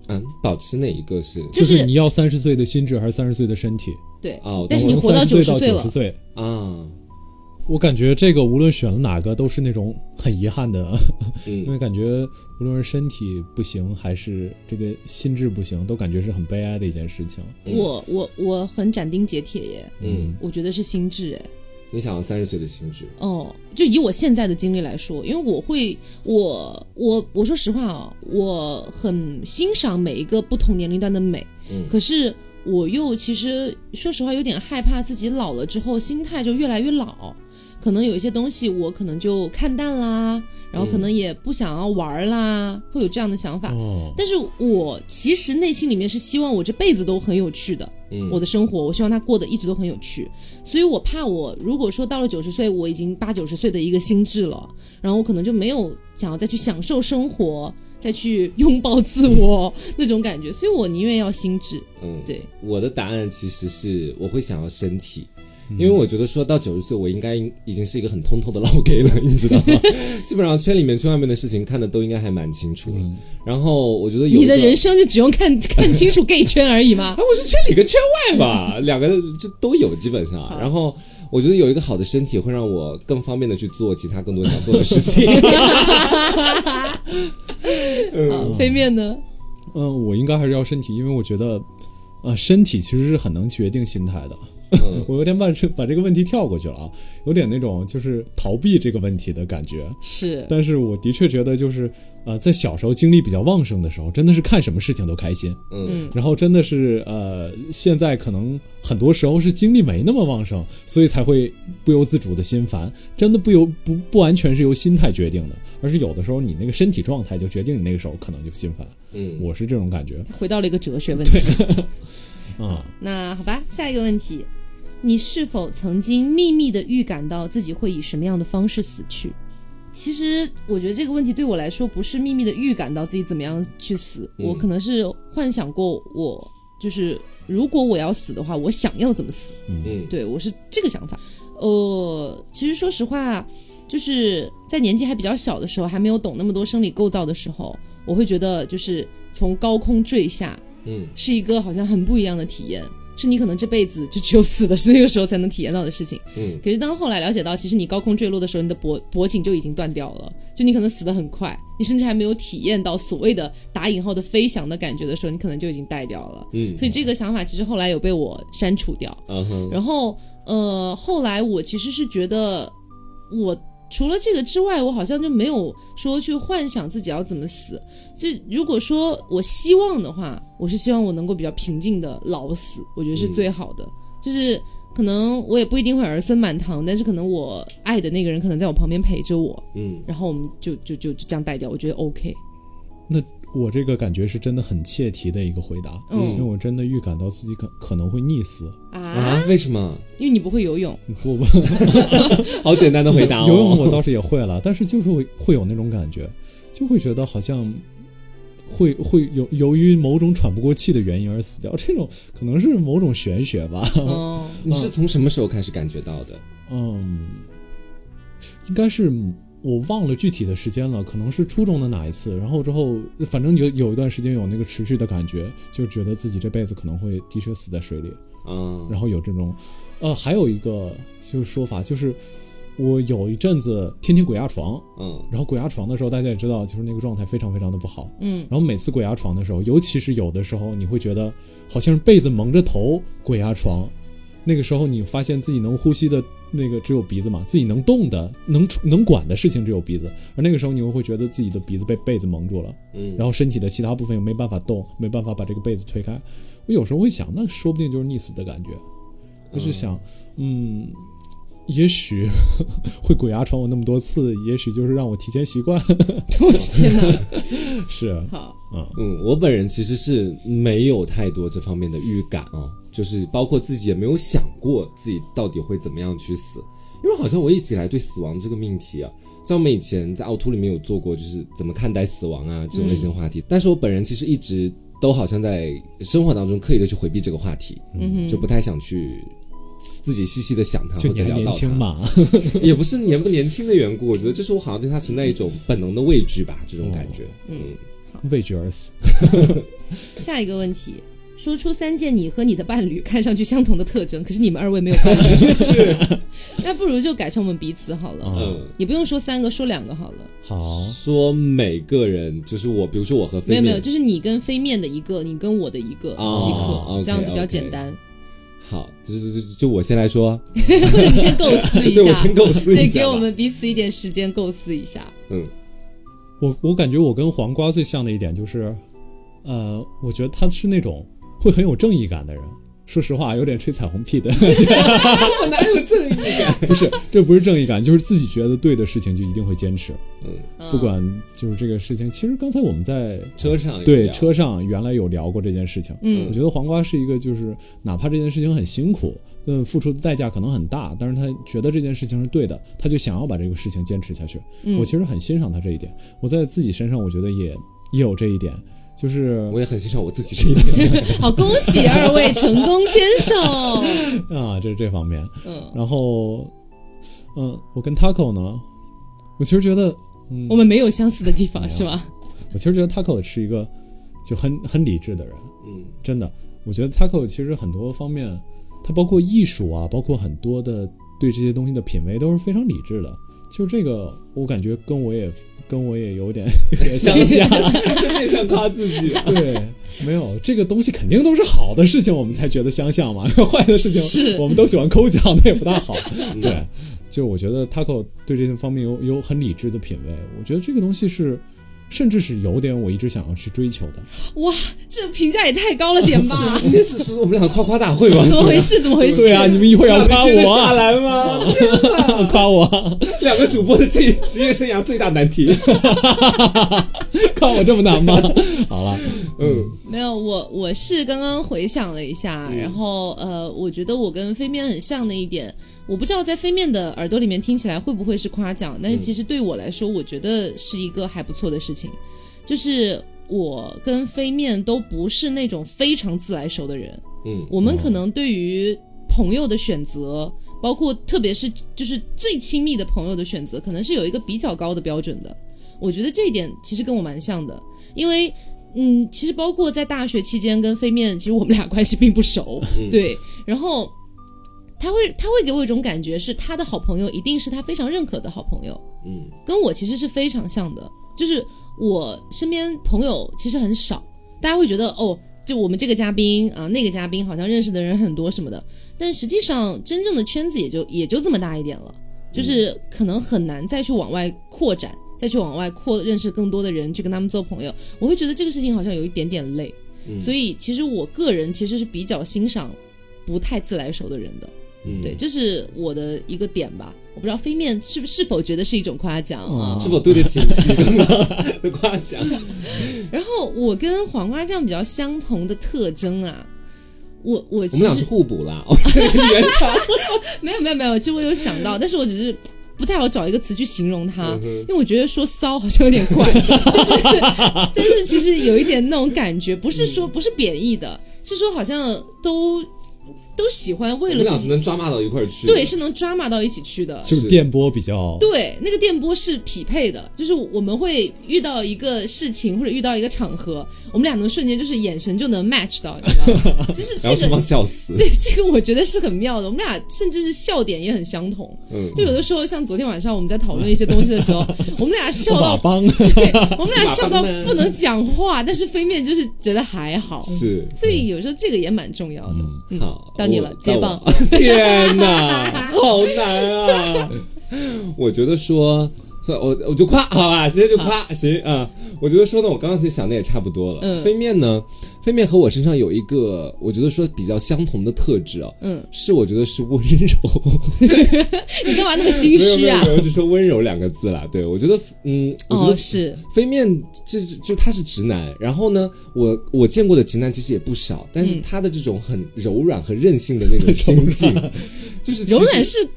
Speaker 3: 嗯，保持哪一个是
Speaker 2: 就
Speaker 1: 就是你要三十岁的心智还是三十岁的身体？
Speaker 2: 对，
Speaker 3: 哦
Speaker 2: 但是你
Speaker 1: 啊我
Speaker 2: 活
Speaker 1: 从
Speaker 2: 到
Speaker 1: 30
Speaker 2: 九
Speaker 1: 岁
Speaker 2: 岁
Speaker 1: 到
Speaker 2: 了
Speaker 1: 九十，岁，
Speaker 3: 啊？
Speaker 1: 我感觉这个无论选了哪个都是那种很遗憾的， 因
Speaker 3: 嗯，
Speaker 1: 为感觉无论是身体不行还是这个心智不行，都感觉是很悲哀的一件事情。
Speaker 2: 我我我很斩钉截铁耶，
Speaker 3: 嗯，
Speaker 2: 我觉得是心智哎。
Speaker 3: 你想要三十岁的心智，
Speaker 2: 哦，就以我现在的经历来说，因为我会，我我我说实话啊、我很欣赏每一个不同年龄段的美，
Speaker 3: 嗯
Speaker 2: 可是我又其实说实话有点害怕自己老了之后心态就越来越老。可能有一些东西我可能就看淡啦，然后可能也不想要玩啦，会有这样的想法。
Speaker 1: 哦，
Speaker 2: 但是我其实内心里面是希望我这辈子都很有趣的，我
Speaker 3: 嗯
Speaker 2: 的生活，我希望它过得一直都很有趣。所以我怕我如果说到了九十岁，我已经八九十岁的一个心智了，然后我可能就没有想要再去享受生活，再去拥抱自我那种感觉。所以我宁愿要心智。
Speaker 3: 嗯，
Speaker 2: 对，
Speaker 3: 我的答案其实是我会想要身体。因为我觉得说到九十岁，我应该已经是一个很通透的老 gay 了，你知 道吗？基本上圈里面、圈外面的事情看的都应该还蛮清楚了。然后我觉得有一
Speaker 2: 你的
Speaker 3: 个
Speaker 2: 人生就只用 看看清楚 gay 圈而已吗
Speaker 3: 啊，？我是圈里跟圈外 吧，两个就都有基本上。然后我觉得有一个好的身体会让我更方便的去做其他更多想做的事情。
Speaker 2: 啊，飞面呢？
Speaker 1: 嗯、我应该还是要身体，因为我觉得，呃，身体其实是很能决定心态的。
Speaker 3: 嗯
Speaker 1: 我有点把这把这个问题跳过去了啊，有点那种就是逃避这个问题的感觉。
Speaker 2: 是
Speaker 1: 但是我的确觉得，就是呃，在小时候精力比较旺盛的时候，真的是看什么事情都开心。
Speaker 3: 嗯
Speaker 1: 然后真的是呃，现在可能很多时候是精力没那么旺盛，所以才会不由自主的心烦。真的不由不不完全是由心态决定的，而是有的时候你那个身体状态就决定你那个时候可能就心烦。
Speaker 3: 嗯，
Speaker 1: 我是这种感觉
Speaker 2: 回到了一个哲学问题。
Speaker 1: 啊、
Speaker 2: 那好吧，下一个问题，你是否曾经秘密的预感到自己会以什么样的方式死去？其实我觉得这个问题对我来说不是秘密的预感到自己怎么样去死，
Speaker 3: 嗯
Speaker 2: 我可能是幻想过我就是如果我要死的话，我想要怎么死。
Speaker 3: 嗯
Speaker 2: 对我是这个想法。呃，其实说实话，就是在年纪还比较小的时候，还没有懂那么多生理构造的时候，我会觉得就是从高空坠下，
Speaker 3: 嗯
Speaker 2: 是一个好像很不一样的体验，是你可能这辈子就只有死的是那个时候才能体验到的事情。
Speaker 3: 嗯
Speaker 2: 可是当后来了解到，其实你高空坠落的时候，你的脖脖颈就已经断掉了，就你可能死得很快，你甚至还没有体验到所谓的打引号的飞翔的感觉的时候，你可能就已经带掉了。
Speaker 3: 嗯
Speaker 2: 所以这个想法其实后来有被我删除掉。
Speaker 3: 嗯哼，
Speaker 2: 然后呃，后来我其实是觉得，我除了这个之外，我好像就没有说去幻想自己要怎么死。这如果说我希望的话，我是希望我能够比较平静的老死，我觉得是
Speaker 3: 嗯
Speaker 2: 最好的。就是可能我也不一定会儿孙满堂，但是可能我爱的那个人可能在我旁边陪着我，
Speaker 3: 嗯
Speaker 2: 然后我们就就就就这样带掉，我觉得 OK。
Speaker 1: 那我这个感觉是真的很切题的一个回答，因为
Speaker 2: 嗯
Speaker 1: 我真的预感到自己可可能会溺死。
Speaker 2: 啊，
Speaker 3: 啊，为什么？
Speaker 2: 因为你不会游 泳，
Speaker 1: 我我
Speaker 3: 好简单的 回答哦。
Speaker 1: 游泳我倒是也会了，但是就是会会有那种感觉，就会觉得好像会会有由于某种喘不过气的原因而死掉，这种可能是某种玄学吧。
Speaker 2: 嗯，
Speaker 3: 你是从什么时候开始感觉到的？
Speaker 1: 嗯，应该是我忘了具体的时间了，可能是初中的哪一次。然后之后，反正有有一段时间有那个持续的感觉，就觉得自己这辈子可能会的确死在水里。
Speaker 3: 啊，
Speaker 1: 然后有这种，呃，还有一个就是说法就是。我有一阵子天天鬼压床，
Speaker 3: 嗯
Speaker 1: 然后鬼压床的时候，大家也知道，就是那个状态非常非常的不好。
Speaker 2: 嗯，
Speaker 1: 然后每次鬼压床的时候，尤其是有的时候，你会觉得好像是被子蒙着头鬼压床，那个时候你发现自己能呼吸的那个只有鼻子嘛，自己能动的、能出能管的事情只有鼻子，而那个时候你又会觉得自己的鼻子被被子蒙住了，
Speaker 3: 嗯，
Speaker 1: 然后身体的其他部分又没办法动，没办法把这个被子推开。我有时候会想，那说不定就是溺死的感觉。我就想，嗯，也许 会鬼压床我那么多次，也许就是让我提前习 惯。
Speaker 2: 我的天哪，
Speaker 1: 是，
Speaker 2: 好，
Speaker 1: 嗯，
Speaker 3: 嗯，我本人其实是没有太多这方面的预感啊，就是包括自己也没有想过自己到底会怎么样去死，因为好像我一直以来对死亡这个命题啊，像我们以前在凹凸里面有做过，就是怎么看待死亡啊这种类型的话
Speaker 1: 嗯
Speaker 3: 题，但是我本人其实一直都好像在生活当中刻意的去回避这个话题，嗯，就不太想去自己细细的想它
Speaker 1: 就
Speaker 3: 或
Speaker 1: 你
Speaker 3: 者
Speaker 1: 还
Speaker 3: 聊
Speaker 1: 年
Speaker 3: 到
Speaker 1: 轻
Speaker 3: 它。
Speaker 1: 嘛，
Speaker 3: 也不是年不年轻的缘故，我觉得就是我好像对它存在一种本能的畏惧吧，这种感觉。嗯
Speaker 1: 畏惧而死。
Speaker 2: 下一个问题，说出三件你和你的伴侣看上去相同的特征，可是你们二位没有伴侣，是， 那不如就改成我们彼此好了，
Speaker 1: 啊
Speaker 3: 嗯，
Speaker 2: 也不用说三个，说两个好了，
Speaker 1: 好，
Speaker 3: 说每个人就是我，比如说我和
Speaker 2: 没
Speaker 3: 飞
Speaker 2: 有
Speaker 3: 面，
Speaker 2: 没有，就是你跟飞面的一个，你跟我的一个即可，
Speaker 3: 哦
Speaker 2: 这样子比较
Speaker 3: OK，OK
Speaker 2: 简单，
Speaker 3: 好，就就就就我先来说，
Speaker 2: 或者你先构思一
Speaker 3: 对我
Speaker 2: 下，
Speaker 3: 先构思一
Speaker 2: 对，
Speaker 3: 下，
Speaker 2: 给我，们彼此一点时间构思一下，
Speaker 3: 嗯
Speaker 1: 我我感觉我跟黄瓜最像的一点就是，呃，我觉得他是那种会很有正义感的人。说实话有点吹彩虹屁 的，
Speaker 3: 我哪有正义感？
Speaker 1: 不是，这不是正义感，就是自己觉得对的事情就一定会坚持，
Speaker 2: 嗯
Speaker 1: 不管就是这个事情。其实刚才我们在
Speaker 3: 车上也
Speaker 1: 对
Speaker 3: 聊
Speaker 1: 车上原来有聊过这件事情，
Speaker 2: 嗯
Speaker 1: 我觉得黄瓜是一个就是哪怕这件事情很辛苦，嗯，付出的代价可能很大，但是他觉得这件事情是对的，他就想要把这个事情坚持下去。
Speaker 2: 嗯
Speaker 1: 我其实很欣赏他这一点，我在自己身上我觉得也也有这一点，就是
Speaker 3: 我也很欣赏我自己这一点。
Speaker 2: 好，恭喜二位成功牵手。
Speaker 1: 啊，这是这方面。
Speaker 2: 嗯，
Speaker 1: 然后，嗯，我跟 Taco 呢，我其实觉得，嗯，
Speaker 2: 我们没有相似的地方
Speaker 1: 没有
Speaker 2: 是吧？
Speaker 1: 我其实觉得 Taco 是一个就很很理智的人，
Speaker 3: 嗯，
Speaker 1: 真的。我觉得 Taco 其实很多方面，他包括艺术啊，包括很多的对这些东西的品味都是非常理智的。就这个，我感觉跟我也 跟我也 有点有点相像。
Speaker 3: 真的想夸自己。
Speaker 1: 对，没有这个东西肯定都是好的事情，我们才觉得相像嘛。 坏的事情，
Speaker 2: 是
Speaker 1: 我们都喜欢抠脚，那也不大 好。对，就我觉得 Taco 对这些方面有有很理智的品味，我觉得这个东西是，甚至是有点我一直想要去追求的。
Speaker 2: 哇，这评价也太高了点吧？
Speaker 3: 今天是是我们俩夸夸大会吧？
Speaker 2: 怎么回事？怎么回事？
Speaker 1: 对啊，你们一会儿要夸
Speaker 3: 接得下
Speaker 1: 我，
Speaker 3: 来 吗？
Speaker 1: 夸我，啊
Speaker 3: 两个主播的这职业生涯最大难题。
Speaker 1: 夸我这么难吗？好了，
Speaker 3: 嗯，
Speaker 2: 没有，我我是刚刚回想了一下，然后呃，我觉得我跟飞面很像的一点，我不知道在飞面的耳朵里面听起来会不会是夸奖，但是其实对我来说，我觉得是一个还不错的事情，就是我跟飞面都不是那种非常自来熟的人，
Speaker 3: 嗯，
Speaker 2: 我们可能对于朋友的选择。包括特别是就是最亲密的朋友的选择，可能是有一个比较高的标准的。我觉得这一点其实跟我蛮像的，因为嗯，其实包括在大学期间跟飞面，其实我们俩关系并不熟，对。然后他会他会给我一种感觉是他的好朋友一定是他非常认可的好朋友，
Speaker 3: 嗯，
Speaker 2: 跟我其实是非常像的，就是我身边朋友其实很少，大家会觉得哦。就我们这个嘉宾啊，那个嘉宾好像认识的人很多什么的，但实际上真正的圈子也就也就这么大一点了，就是可能很难再去往外扩展，再去往外扩认识更多的人，去跟他们做朋友。我会觉得这个事情好像有一点点累，
Speaker 3: 嗯
Speaker 2: 所以其实我个人其实是比较欣赏不太自来熟的人的，
Speaker 3: 嗯
Speaker 2: 对，，这是我的一个点吧。我不知道飞面是不是否觉得是一种夸奖啊？
Speaker 1: 嗯
Speaker 3: 是否对得起你刚 刚的夸奖？
Speaker 2: 然后我跟黄瓜酱比较相同的特征啊，我我
Speaker 3: 我
Speaker 2: 其
Speaker 3: 们俩是
Speaker 2: 实
Speaker 3: 互补啦， 原唱。
Speaker 2: 没有没有没有，就我有想 到，但是我只是不太好找一个词去形容
Speaker 3: 啊
Speaker 2: 它，
Speaker 3: 嗯
Speaker 2: 因为我觉得说骚好像有点 怪，但是但是其实有一点那种感觉，不是
Speaker 3: 嗯
Speaker 2: 说不是贬义的，是说好像都都喜欢
Speaker 3: 我
Speaker 2: 为
Speaker 3: 们
Speaker 2: 了
Speaker 3: 俩
Speaker 2: 自
Speaker 3: 是
Speaker 2: 己，
Speaker 3: 能抓骂到一块儿去。
Speaker 2: 对，，是能抓马到一起去的。
Speaker 1: 就是电波比较
Speaker 2: 对，那个电波是匹配的，就是我们会遇到一个事情或者遇到一个场合，我们俩能瞬间就是眼神就能 match 到，你知 道吗？就是
Speaker 3: 然
Speaker 2: 这
Speaker 3: 后
Speaker 2: 个
Speaker 3: 双方笑死。
Speaker 2: 对，这个我觉得是很妙的。我们俩甚至是笑点也很相同。
Speaker 3: 嗯
Speaker 2: 就有的时候，像昨天晚上我们在讨论一些东西的时候， 我们俩笑
Speaker 1: 马
Speaker 2: 到，
Speaker 1: 帮，
Speaker 2: 对，我们俩笑到
Speaker 3: 马帮呢
Speaker 2: 不能讲话，但是飞面就是觉得还好。
Speaker 3: 是。
Speaker 2: 所以有时候这个也蛮重要的。嗯
Speaker 3: 好，
Speaker 2: 到你了
Speaker 3: 我
Speaker 2: 接棒
Speaker 3: 到我 天哪，好难啊！我觉得说，算我我就夸好吧，直接就夸行啊、我觉得说呢，我刚刚其实想的也差不多了。
Speaker 2: 嗯
Speaker 3: 飞面呢，飞面和我身上有一个我觉得说比较相同的特质哦，
Speaker 2: 嗯，
Speaker 3: 是我觉得是温柔。
Speaker 2: 你干嘛那么心
Speaker 3: 没有
Speaker 2: 虚
Speaker 3: 没有
Speaker 2: 啊
Speaker 3: 没？有，我只说温柔两个字啦。对，我觉得，嗯，我觉得
Speaker 2: 哦，是，
Speaker 3: 飞面这就他是直男，然后呢，我我见过的直男其实也不少，但
Speaker 2: 嗯
Speaker 3: 是他的这种很柔软和任性的那 种心境，就是其实
Speaker 2: 柔软是，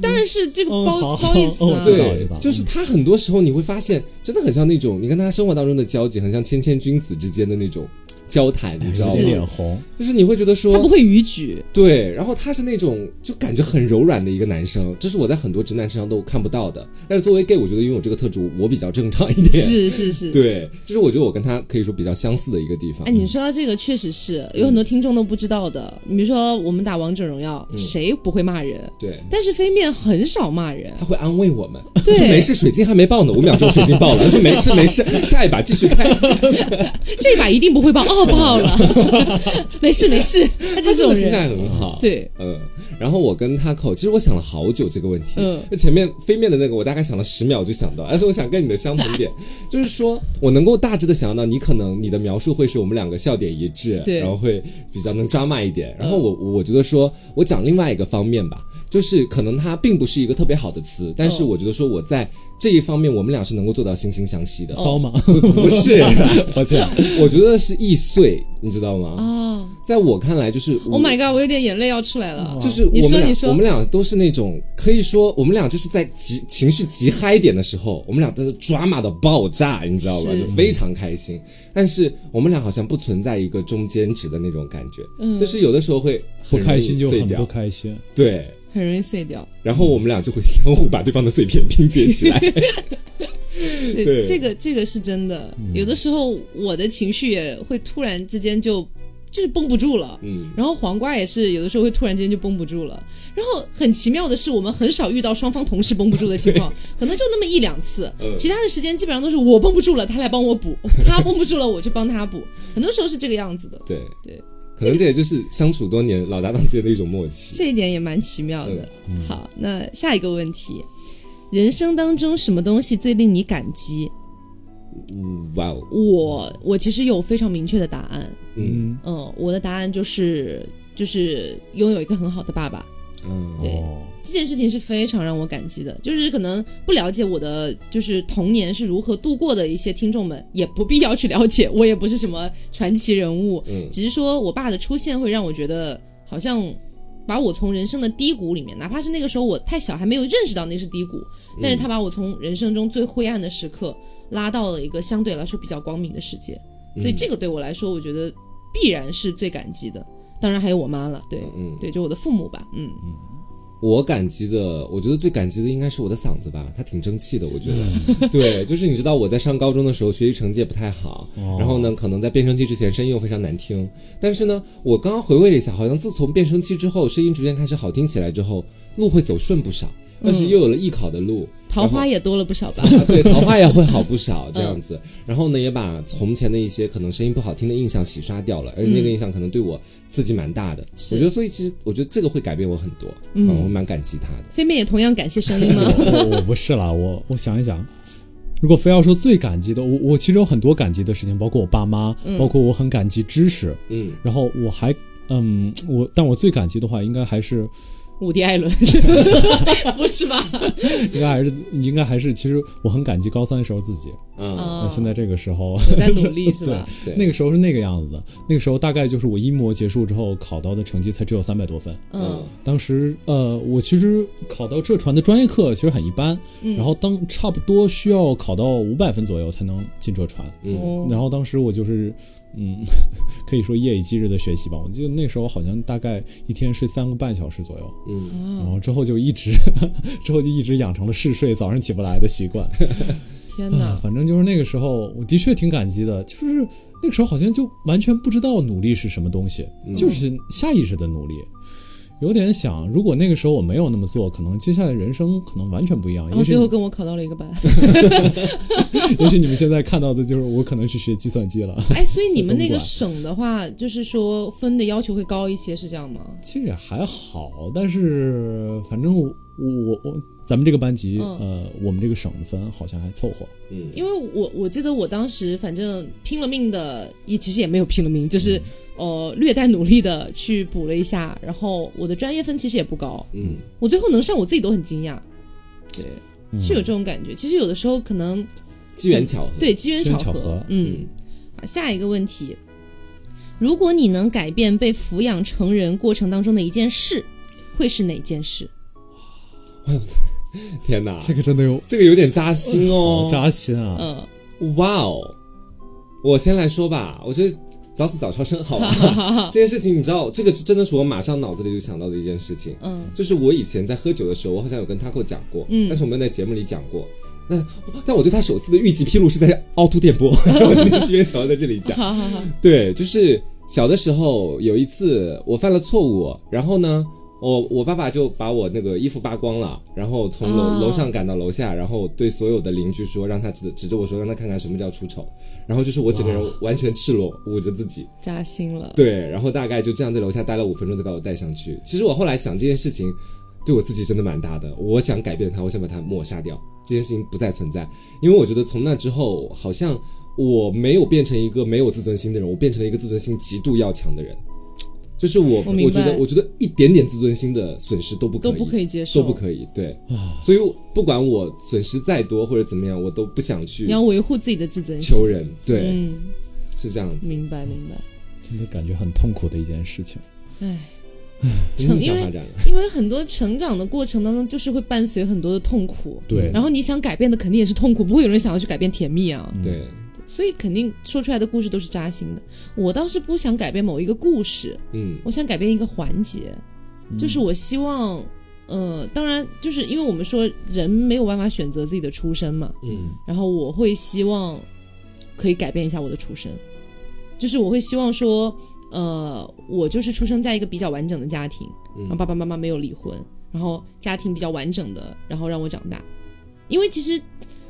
Speaker 2: 当然是这个
Speaker 1: 哦好
Speaker 2: 褒褒义词
Speaker 1: 哦
Speaker 2: 啊。
Speaker 1: 知道
Speaker 3: 对
Speaker 1: 知道，
Speaker 3: 就是他很多时候你会发现，真的很像那种你跟他生活当中的交集，很像谦谦君子之间的那种交谈，你知道
Speaker 1: 是
Speaker 3: 吗？
Speaker 1: 脸红，
Speaker 3: 就是你会觉得
Speaker 2: 他不
Speaker 3: 说
Speaker 2: 会逾矩，
Speaker 3: 对，然后他是那种就感觉很柔软的一个男生，这是我在很多直男身上都看不到的。但是作为 gay，我觉得拥有这个特质，我比较正常一点。
Speaker 2: 是是是。
Speaker 3: 对，这是我觉得我跟他可以说比较相似的一个地方。
Speaker 2: 哎，你说到这个，确实是有很多听众都不知道的。你比如说，我们打王者荣耀，谁不会骂人？
Speaker 3: 对，
Speaker 2: 但是飞面很少骂人，
Speaker 3: 他会安慰我们，
Speaker 2: 对
Speaker 3: 说没事，水晶还没爆呢，五秒钟水晶爆了，他说没事没事，下一把继续 开。
Speaker 2: 这把一定不会爆，哦，爆了，没事没事，他就
Speaker 3: 他
Speaker 2: 这
Speaker 3: 这
Speaker 2: 种
Speaker 3: 个心态
Speaker 2: 人，
Speaker 3: 很好，
Speaker 2: 对，
Speaker 3: 嗯。然后我跟他口，其实我想了好久这个问题。
Speaker 2: 嗯
Speaker 3: 那前面飞面的那个，我大概想了十秒就想到，但哎是我想跟你的相同 点，就是说我能够大致的想象到你可能你的描述会是我们两个笑点一致，
Speaker 2: 对嗯
Speaker 3: 然后会比较能抓骂一点。然后我我觉得说，我讲另外一个方面吧，就是可能它并不是一个特别好的词，但是
Speaker 2: 哦
Speaker 3: 我觉得说我在这一方面，我们俩是能够做到惺惺相惜的。
Speaker 2: 哦
Speaker 1: 骚吗？
Speaker 3: 不是，
Speaker 1: 抱歉，
Speaker 3: 我觉得是易碎，你知道吗？
Speaker 2: 啊
Speaker 3: 在我看来，就是我哦
Speaker 2: ，Oh my god，我有点眼泪要出来了。
Speaker 3: 就是
Speaker 2: 嗯你
Speaker 3: 我
Speaker 2: 说
Speaker 3: 们俩，
Speaker 2: 你说
Speaker 3: 我们俩都是那种可以说，我们俩就是在极情绪极嗨点的时候，我们俩都是抓马的爆炸，你知道吧？
Speaker 2: 是
Speaker 3: 就非常开心。但是我们俩好像不存在一个中间值的那种感觉，
Speaker 2: 嗯
Speaker 3: 就是有的时候会
Speaker 1: 不
Speaker 3: 很容易
Speaker 1: 开心就
Speaker 3: 碎
Speaker 1: 很不
Speaker 3: 掉，
Speaker 1: 开心。
Speaker 3: 对。
Speaker 2: 很容易碎掉。
Speaker 3: 然后我们俩就会相互把对方的碎片拼接 起来，
Speaker 2: 对，
Speaker 3: 对嗯
Speaker 2: 这个这个是真的。有的时候我的情绪也会突然之间就就是绷不住了。
Speaker 3: 嗯，
Speaker 2: 然后黄瓜也是有的时候会突然之间就绷不住了，然后很奇妙的是，我们很少遇到双方同时绷不住的情 况，可能就那么一两次，
Speaker 3: 嗯
Speaker 2: 其他的时间基本上都是我绷不住了，他来帮我补，他绷不住了，我去帮他补， 很多时候是这个样子的，
Speaker 3: 对
Speaker 2: 对，
Speaker 3: 可能这也就是相处多年老搭档间的一种默契。
Speaker 2: 这一点也蛮奇妙的。
Speaker 3: 嗯
Speaker 2: 好，那下一个问题，人生当中什么东西最令你感激？
Speaker 3: 嗯，哇哦，
Speaker 2: 我我其实有非常明确的答案，
Speaker 3: 嗯，
Speaker 1: 嗯，
Speaker 2: 嗯，我的答案就是就是拥有一个很好的爸爸，
Speaker 3: 嗯
Speaker 2: 对
Speaker 1: 哦
Speaker 2: 这件事情是非常让我感激的，就是可能不了解我的就是童年是如何度过的一些听众们，也不必要去了解，我也不是什么传奇人物，
Speaker 3: 嗯
Speaker 2: 只是说我爸的出现会让我觉得好像把我从人生的低谷里面，哪怕是那个时候我太小还没有认识到那是低谷，但
Speaker 1: 嗯
Speaker 2: 是他把我从人生中最灰暗的时刻拉到了一个相对来说比较光明的世界，所以
Speaker 1: 嗯
Speaker 2: 这个对我来说，我觉得必然是最感激的。当然还有我妈了，对，
Speaker 3: 嗯，
Speaker 2: 对，就我的父母吧，嗯。
Speaker 3: 我感激的，我觉得最感激的应该是我的嗓子吧，它挺争气的，我觉得。 对，就是你知道我在上高中的时候学习成绩也不太好，
Speaker 1: 哦
Speaker 3: 然后呢，可能在变声期之前声音又非常难听，但是呢，我刚刚回味了一下，好像自从变声期之后，声音逐渐开始好听起来之后，路会走顺不少，但是又有了艺考的路，
Speaker 2: 桃
Speaker 3: 然后
Speaker 2: 花也多了不少吧？
Speaker 3: 对，桃花也会好不少这样子。然后呢，也把从前的一些可能声音不好听的印象洗刷掉了，而且那个印象可能对我刺激蛮大的。
Speaker 2: 是
Speaker 3: 我觉得，所以其实我觉得这个会改变我很多，
Speaker 2: 嗯
Speaker 3: 我蛮感激他的。
Speaker 2: 飞妹也同样感谢声音 吗？
Speaker 1: 我我不是啦，我我想一想，如果非要说最感激的，我我其实有很多感激的事情，包括我爸妈，包括我很感激知识，
Speaker 3: 嗯，
Speaker 1: 然后我还嗯，我但我最感激的话，应该还是
Speaker 2: 伍迪· 艾伦，不是吧？
Speaker 1: 应该还是应该还是，其实我很感激高三的时候自己，呃
Speaker 3: 嗯，
Speaker 1: 那现在这个时候。
Speaker 2: 我哦在努力是吧？
Speaker 3: 对，
Speaker 1: 那个时候是那个样子的，那个时候大概就是我一模结束之后考到的成绩才只有三百多分，
Speaker 3: 哦
Speaker 2: 嗯
Speaker 1: 当时呃，我其实考到浙传的专业课其实很一般，然后当差不多需要考到五百分左右才能进浙传，
Speaker 3: 嗯
Speaker 2: 哦
Speaker 1: 然后当时我就是嗯， 可以说夜以继日的学习吧。我记得那时候好像大概一天睡三个半小时左右，
Speaker 3: 嗯
Speaker 1: 然后之后就一直 之后就一直养成了嗜睡、早上起不来的习惯。
Speaker 2: 天
Speaker 1: 啊
Speaker 2: 哪，！
Speaker 1: 反正就是那个时候，我的确挺感激的，就是那个时候好像就完全不知道努力是什么东西，
Speaker 2: 嗯
Speaker 1: 就是下意识的努力。有点想，如果那个时候我没有那么做，可能接下来人生可能完全不一样。
Speaker 2: 然后
Speaker 1: 也许
Speaker 2: 哦最后
Speaker 1: 你
Speaker 2: 跟我考到了一个 班。
Speaker 1: 也许你们现在看到的就是我可能是学计算机 了，
Speaker 2: 哎，所以你们
Speaker 1: 在东
Speaker 2: 那个
Speaker 1: 莞
Speaker 2: 省的话，就是说分的要求会高一些，是这样吗？
Speaker 1: 其实也还好，但是反正我我我咱们这个班级、
Speaker 2: 嗯
Speaker 1: 呃，我们这个省的分好像还凑合。
Speaker 3: 嗯，
Speaker 2: 因为我我记得我当时反正拼了命的，也其实也没有拼了命，就是呃略带努力的去补了一下，然后我的专业分其实也不高，
Speaker 3: 嗯
Speaker 2: 我最后能上我自己都很惊讶，对，
Speaker 1: 嗯
Speaker 2: 是有这种感觉。其实有的时候可能
Speaker 3: 嗯机缘巧合，嗯
Speaker 2: 对，机缘
Speaker 1: 机缘
Speaker 2: 巧
Speaker 1: 巧合
Speaker 2: 嗯，好，下一个问题，如果你能改变被抚养成人过程当中的一件事，会是哪件事？
Speaker 3: 天
Speaker 2: 啊
Speaker 3: 哪，
Speaker 1: 这个真的有
Speaker 3: 这个有点扎心
Speaker 1: 好
Speaker 3: 哦，
Speaker 1: 扎心啊！
Speaker 2: 嗯，
Speaker 3: 哇哦！我先来说吧，我觉得早死早超生好 吧，这件事情你知道，这个真的是我马上脑子里就想到的一件事情，
Speaker 2: 嗯，
Speaker 3: 就是我以前在喝酒的时候，我好像有跟 Taco 讲过，
Speaker 2: 嗯
Speaker 3: 但是我没有在节目里讲过。那但我对他首次的预计披露是在凹凸 电波，我今天机缘巧合在这里讲。
Speaker 2: 好好好，
Speaker 3: 对，就是小的时候有一次我犯了错误，然后呢，我我爸爸就把我那个衣服扒光了，然后从楼、
Speaker 2: 哦
Speaker 3: 楼上赶到楼下，然后对所有的邻居说，让他指指着我说，让他看看什么叫出丑。然后就是我整个人完全赤裸，捂着自己，
Speaker 2: 扎心了。
Speaker 3: 对，然后大概就这样在楼下待了五分钟，再把我带上去。其实我后来想这件事情，对我自己真的蛮大的。我想改变它，我想把它抹杀掉，这件事情不再存在。因为我觉得从那之后，好像我没有变成一个没有自尊心的人，我变成了一个自尊心极度要强的人。就是我，
Speaker 2: 我
Speaker 3: 我
Speaker 2: 明白
Speaker 3: 觉得，我觉得一点点自尊心的损失都不可
Speaker 2: 都
Speaker 3: 以，
Speaker 2: 不可以接受，
Speaker 3: 都不可以。对，
Speaker 2: 嗯
Speaker 1: 啊
Speaker 3: 所以我不管我损失再多或者怎么样，我都不想去
Speaker 2: 你要维护自己的自尊心。
Speaker 3: 求人。对，
Speaker 2: 嗯，
Speaker 3: 是这样子。
Speaker 2: 明白明白。
Speaker 1: 真的感觉很痛苦的一件事情。
Speaker 2: 唉，成
Speaker 3: 逆向
Speaker 2: 因为
Speaker 3: 发展了，
Speaker 2: 因为很多成长的过程当中，就是会伴随很多的痛苦。
Speaker 1: 对，
Speaker 2: 然后你想改变的肯定也是痛苦，不会有人想要去改变甜蜜啊，
Speaker 3: 对，
Speaker 2: 所以肯定说出来的故事都是扎心的。我倒是不想改变某一个故事，
Speaker 3: 嗯
Speaker 2: 我想改变一个环节，就是我希望，呃，当然就是因为我们说人没有办法选择自己的出身嘛，
Speaker 3: 嗯。
Speaker 2: 然后我会希望可以改变一下我的出身，就是我会希望说，呃，我就是出生在一个比较完整的家庭，然后爸爸妈妈没有离婚，然后家庭比较完整的，然后让我长大，因为其实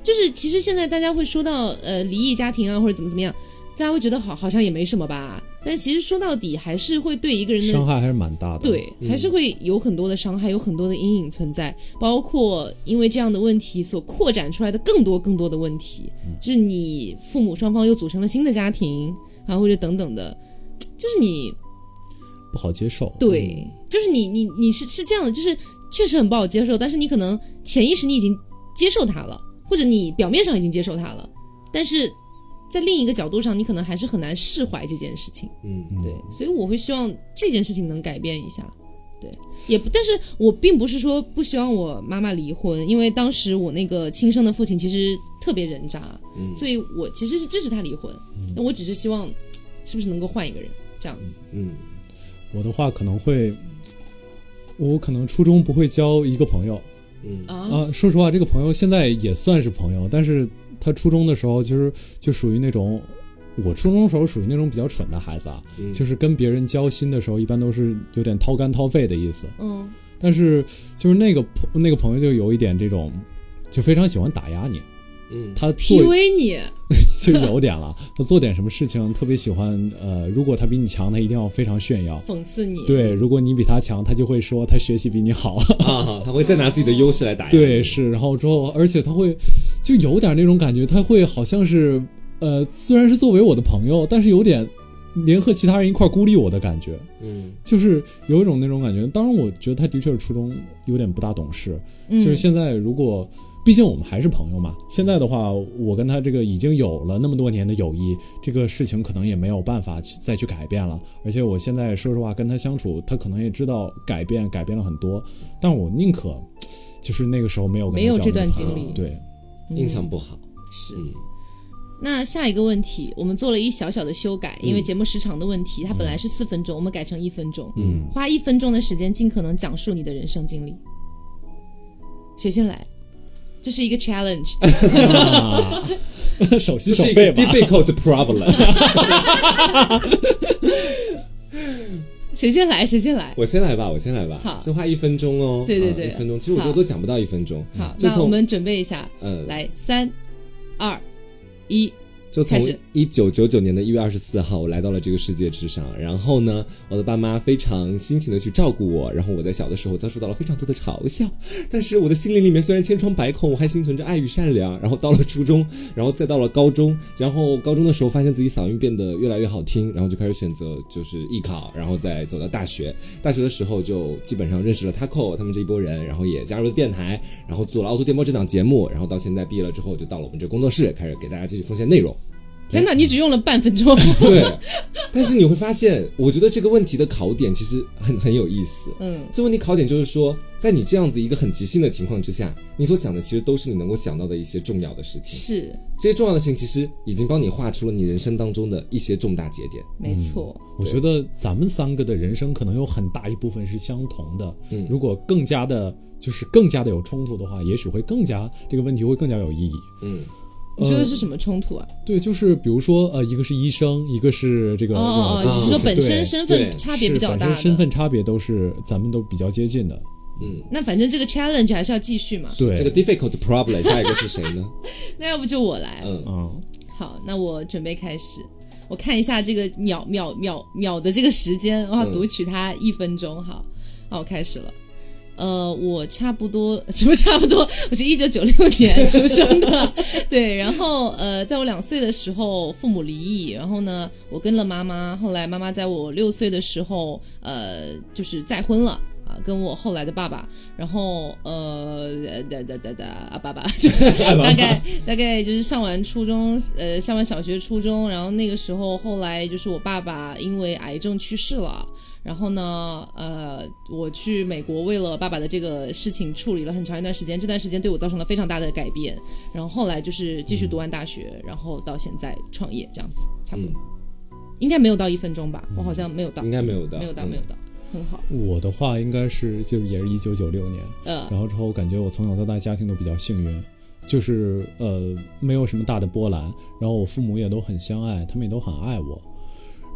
Speaker 2: 就是其实现在大家会说到呃离异家庭啊或者怎么怎么样，大家会觉得好好像也没什么吧，但其实说到底还是会对一个人的
Speaker 1: 伤害还是蛮大的。，
Speaker 2: 对，还是会有很多的伤害，有很多的阴影存在，包括因为这样的问题所扩展出来的更多更多的问题，就是你父母双方又组成了新的家庭啊，或者等等的，就是你
Speaker 1: 不好接受。嗯
Speaker 2: 对，就是你你你是是这样的，就是确实很不好接受，但是你可能潜意识你已经接受它了，或者你表面上已经接受它了，但是在另一个角度上，你可能还是很难释怀这件事情。
Speaker 3: 嗯
Speaker 1: 嗯，
Speaker 2: 对，所以我会希望这件事情能改变一下。对，也不，但是我并不是说不希望我妈妈离婚，因为当时我那个亲生的父亲其实特别人渣，
Speaker 3: 嗯
Speaker 2: 所以我其实是支持他离婚，
Speaker 1: 嗯
Speaker 2: 那、我只是希望是不是能够换一个人这样子。
Speaker 3: 嗯
Speaker 1: 我的话可能会，我可能初中不会交一个朋友
Speaker 3: 嗯
Speaker 2: 啊
Speaker 1: 啊。说实话，这个朋友现在也算是朋友，但是他初中的时候其实就属于那种。我初中的时候属于那种比较蠢的孩子啊，
Speaker 3: 嗯
Speaker 1: 就是跟别人交心的时候，一般都是有点掏肝掏肺的意思。
Speaker 2: 嗯，
Speaker 1: 但是就是那个朋那个朋友就有一点这种，就非常喜欢打压你，
Speaker 3: 嗯，
Speaker 1: 他做
Speaker 2: ，PUA 你，
Speaker 1: 就有点了，他做点什么事情特别喜欢，呃，如果他比你强，他一定要非常炫耀。
Speaker 2: 讽刺你，
Speaker 1: 对，如果你比他强，他就会说他学习比你好。
Speaker 3: 啊，他会再拿自己的优势来打压。
Speaker 1: 对，，是，然后之后，而且他会就有点那种感觉，他会好像是，呃，虽然是作为我的朋友，但是有点联合其他人一块儿孤立我的感觉。
Speaker 3: 嗯
Speaker 1: 就是有一种那种感觉。当然，我觉得他的确是初中有点不大懂事。
Speaker 2: 嗯
Speaker 1: 就是现在，如果毕竟我们还是朋友嘛，现在的话，我跟他这个已经有了那么多年的友谊，这个事情可能也没有办法去再去改变了。而且我现在说实话，跟他相处，他可能也知道改变，改变了很多，但我宁可。就是那个时候没有跟他
Speaker 2: 没有
Speaker 1: 交
Speaker 2: 这段
Speaker 1: 流
Speaker 2: 经
Speaker 1: 啊
Speaker 2: 历
Speaker 1: 对，
Speaker 2: 嗯
Speaker 3: 印象不好。
Speaker 2: 是。
Speaker 3: 嗯
Speaker 2: 那下一个问题，我们做了一小小的修改，因为节目时长的问题，它本来是四分钟，我们改成一分钟，
Speaker 3: 嗯，
Speaker 2: 花一分钟的时间，尽可能讲述你的人生经历。谁先来？这是一个 challenge，
Speaker 1: 手
Speaker 3: 这
Speaker 1: 心手
Speaker 3: 是一
Speaker 1: 背
Speaker 3: 个
Speaker 1: 吧，
Speaker 3: difficult problem。
Speaker 2: 谁先来谁先来。
Speaker 3: 我先来吧，我先来吧。
Speaker 2: 好
Speaker 3: 就花一分钟哦。
Speaker 2: 对对
Speaker 3: 啊
Speaker 2: 对
Speaker 3: 一分钟。其实我
Speaker 2: 好
Speaker 3: 觉得都讲不到一分钟。
Speaker 2: 好，
Speaker 3: 就
Speaker 2: 那我
Speaker 3: 从
Speaker 2: 们准备一下，
Speaker 3: 嗯，
Speaker 2: 来三、二、一，
Speaker 3: 就从
Speaker 2: 开始
Speaker 3: 一九九九年的一月二十四号，我来到了这个世界之上。然后呢，我的爸妈非常辛勤的去照顾我。然后我在小的时候遭受到了非常多的嘲笑，但是我的心灵里面虽然千疮百孔，我还心存着爱与善良。然后到了初中，然后再到了高中，然后高中的时候发现自己嗓音变得越来越好听，然后就开始选择就是艺考，然后再走到大学。大学的时候就基本上认识了 Taco 他们这一波人，然后也加入了电台，然后做了凹凸电波这档节目，然后到现在毕业了之后，就到了我们这工作室，开始给大家继续奉献内容。
Speaker 2: 天哪，你只用了半分钟，
Speaker 3: 对，但是你会发现，我觉得这个问题的考点其实很很有意思。
Speaker 2: 嗯，
Speaker 3: 这问题考点就是说，在你这样子一个很即兴的情况之下，你所讲的其实都是你能够想到的一些重要的事情。
Speaker 2: 是
Speaker 3: 这些重要的事情其实已经帮你画出了你人生当中的一些重大节点。
Speaker 2: 没错，
Speaker 1: 我觉得咱们三个的人生可能有很大一部分是相同的，
Speaker 3: 嗯
Speaker 1: 如果更加的，就是更加的有冲突的话，也许会更加这个问题会更加有意义。
Speaker 3: 嗯，
Speaker 2: 你说的是什么冲突啊？
Speaker 1: 对，就是比如说呃，一个是医生，一个是这个
Speaker 2: 哦哦
Speaker 1: 这
Speaker 2: 哦，
Speaker 1: 种
Speaker 2: 你是说
Speaker 1: 对
Speaker 2: 本身身份
Speaker 3: 对
Speaker 2: 差别比较大
Speaker 1: 是本身身
Speaker 2: 的？
Speaker 1: 份差别都是咱们都比较接近的。
Speaker 3: 嗯，
Speaker 2: 那反正这个 challenge 还是要继续嘛。
Speaker 1: 对，
Speaker 3: 这个 difficult problem 下一个是谁呢？
Speaker 2: 那要不就我来。
Speaker 3: 嗯，
Speaker 1: 嗯，
Speaker 2: 好，那我准备开始。我看一下这个秒秒秒秒的这个时间，我要
Speaker 3: 嗯
Speaker 2: 读取它一分钟。好，好，我开始了。呃，我差不多 什么差不多，我是一九九六年出生的，对。然后呃，在我两岁的时候，父母离异，然后呢，我跟了妈妈，后来妈妈在我六岁的时候，呃，就是再婚了。啊，跟我后来的爸爸，然后呃，哒哒哒哒，啊爸爸， 就是大概大概就是上完初中，呃，上完小学、初中，然后那个时候，后来就是呃我爸爸因为癌症去世了。然后呢，呃，我去美国为了爸爸的这个事情处理了很长一段时间，这段时间对我造成了非常大的改变。然后后来就是继续读完大学，然后到现在创业这样子，差不多。应该没有到一分钟吧？我好像没有到，
Speaker 3: 应该没有的，
Speaker 2: 没有到，
Speaker 3: 嗯
Speaker 2: 没有到，很好。
Speaker 1: 我的话应该是就是也是一九九六年，
Speaker 2: 呃，
Speaker 1: 然后之后感觉我从小到大家庭都比较幸运，就是呃没有什么大的波澜，然后我父母也都很相爱，他们也都很爱我。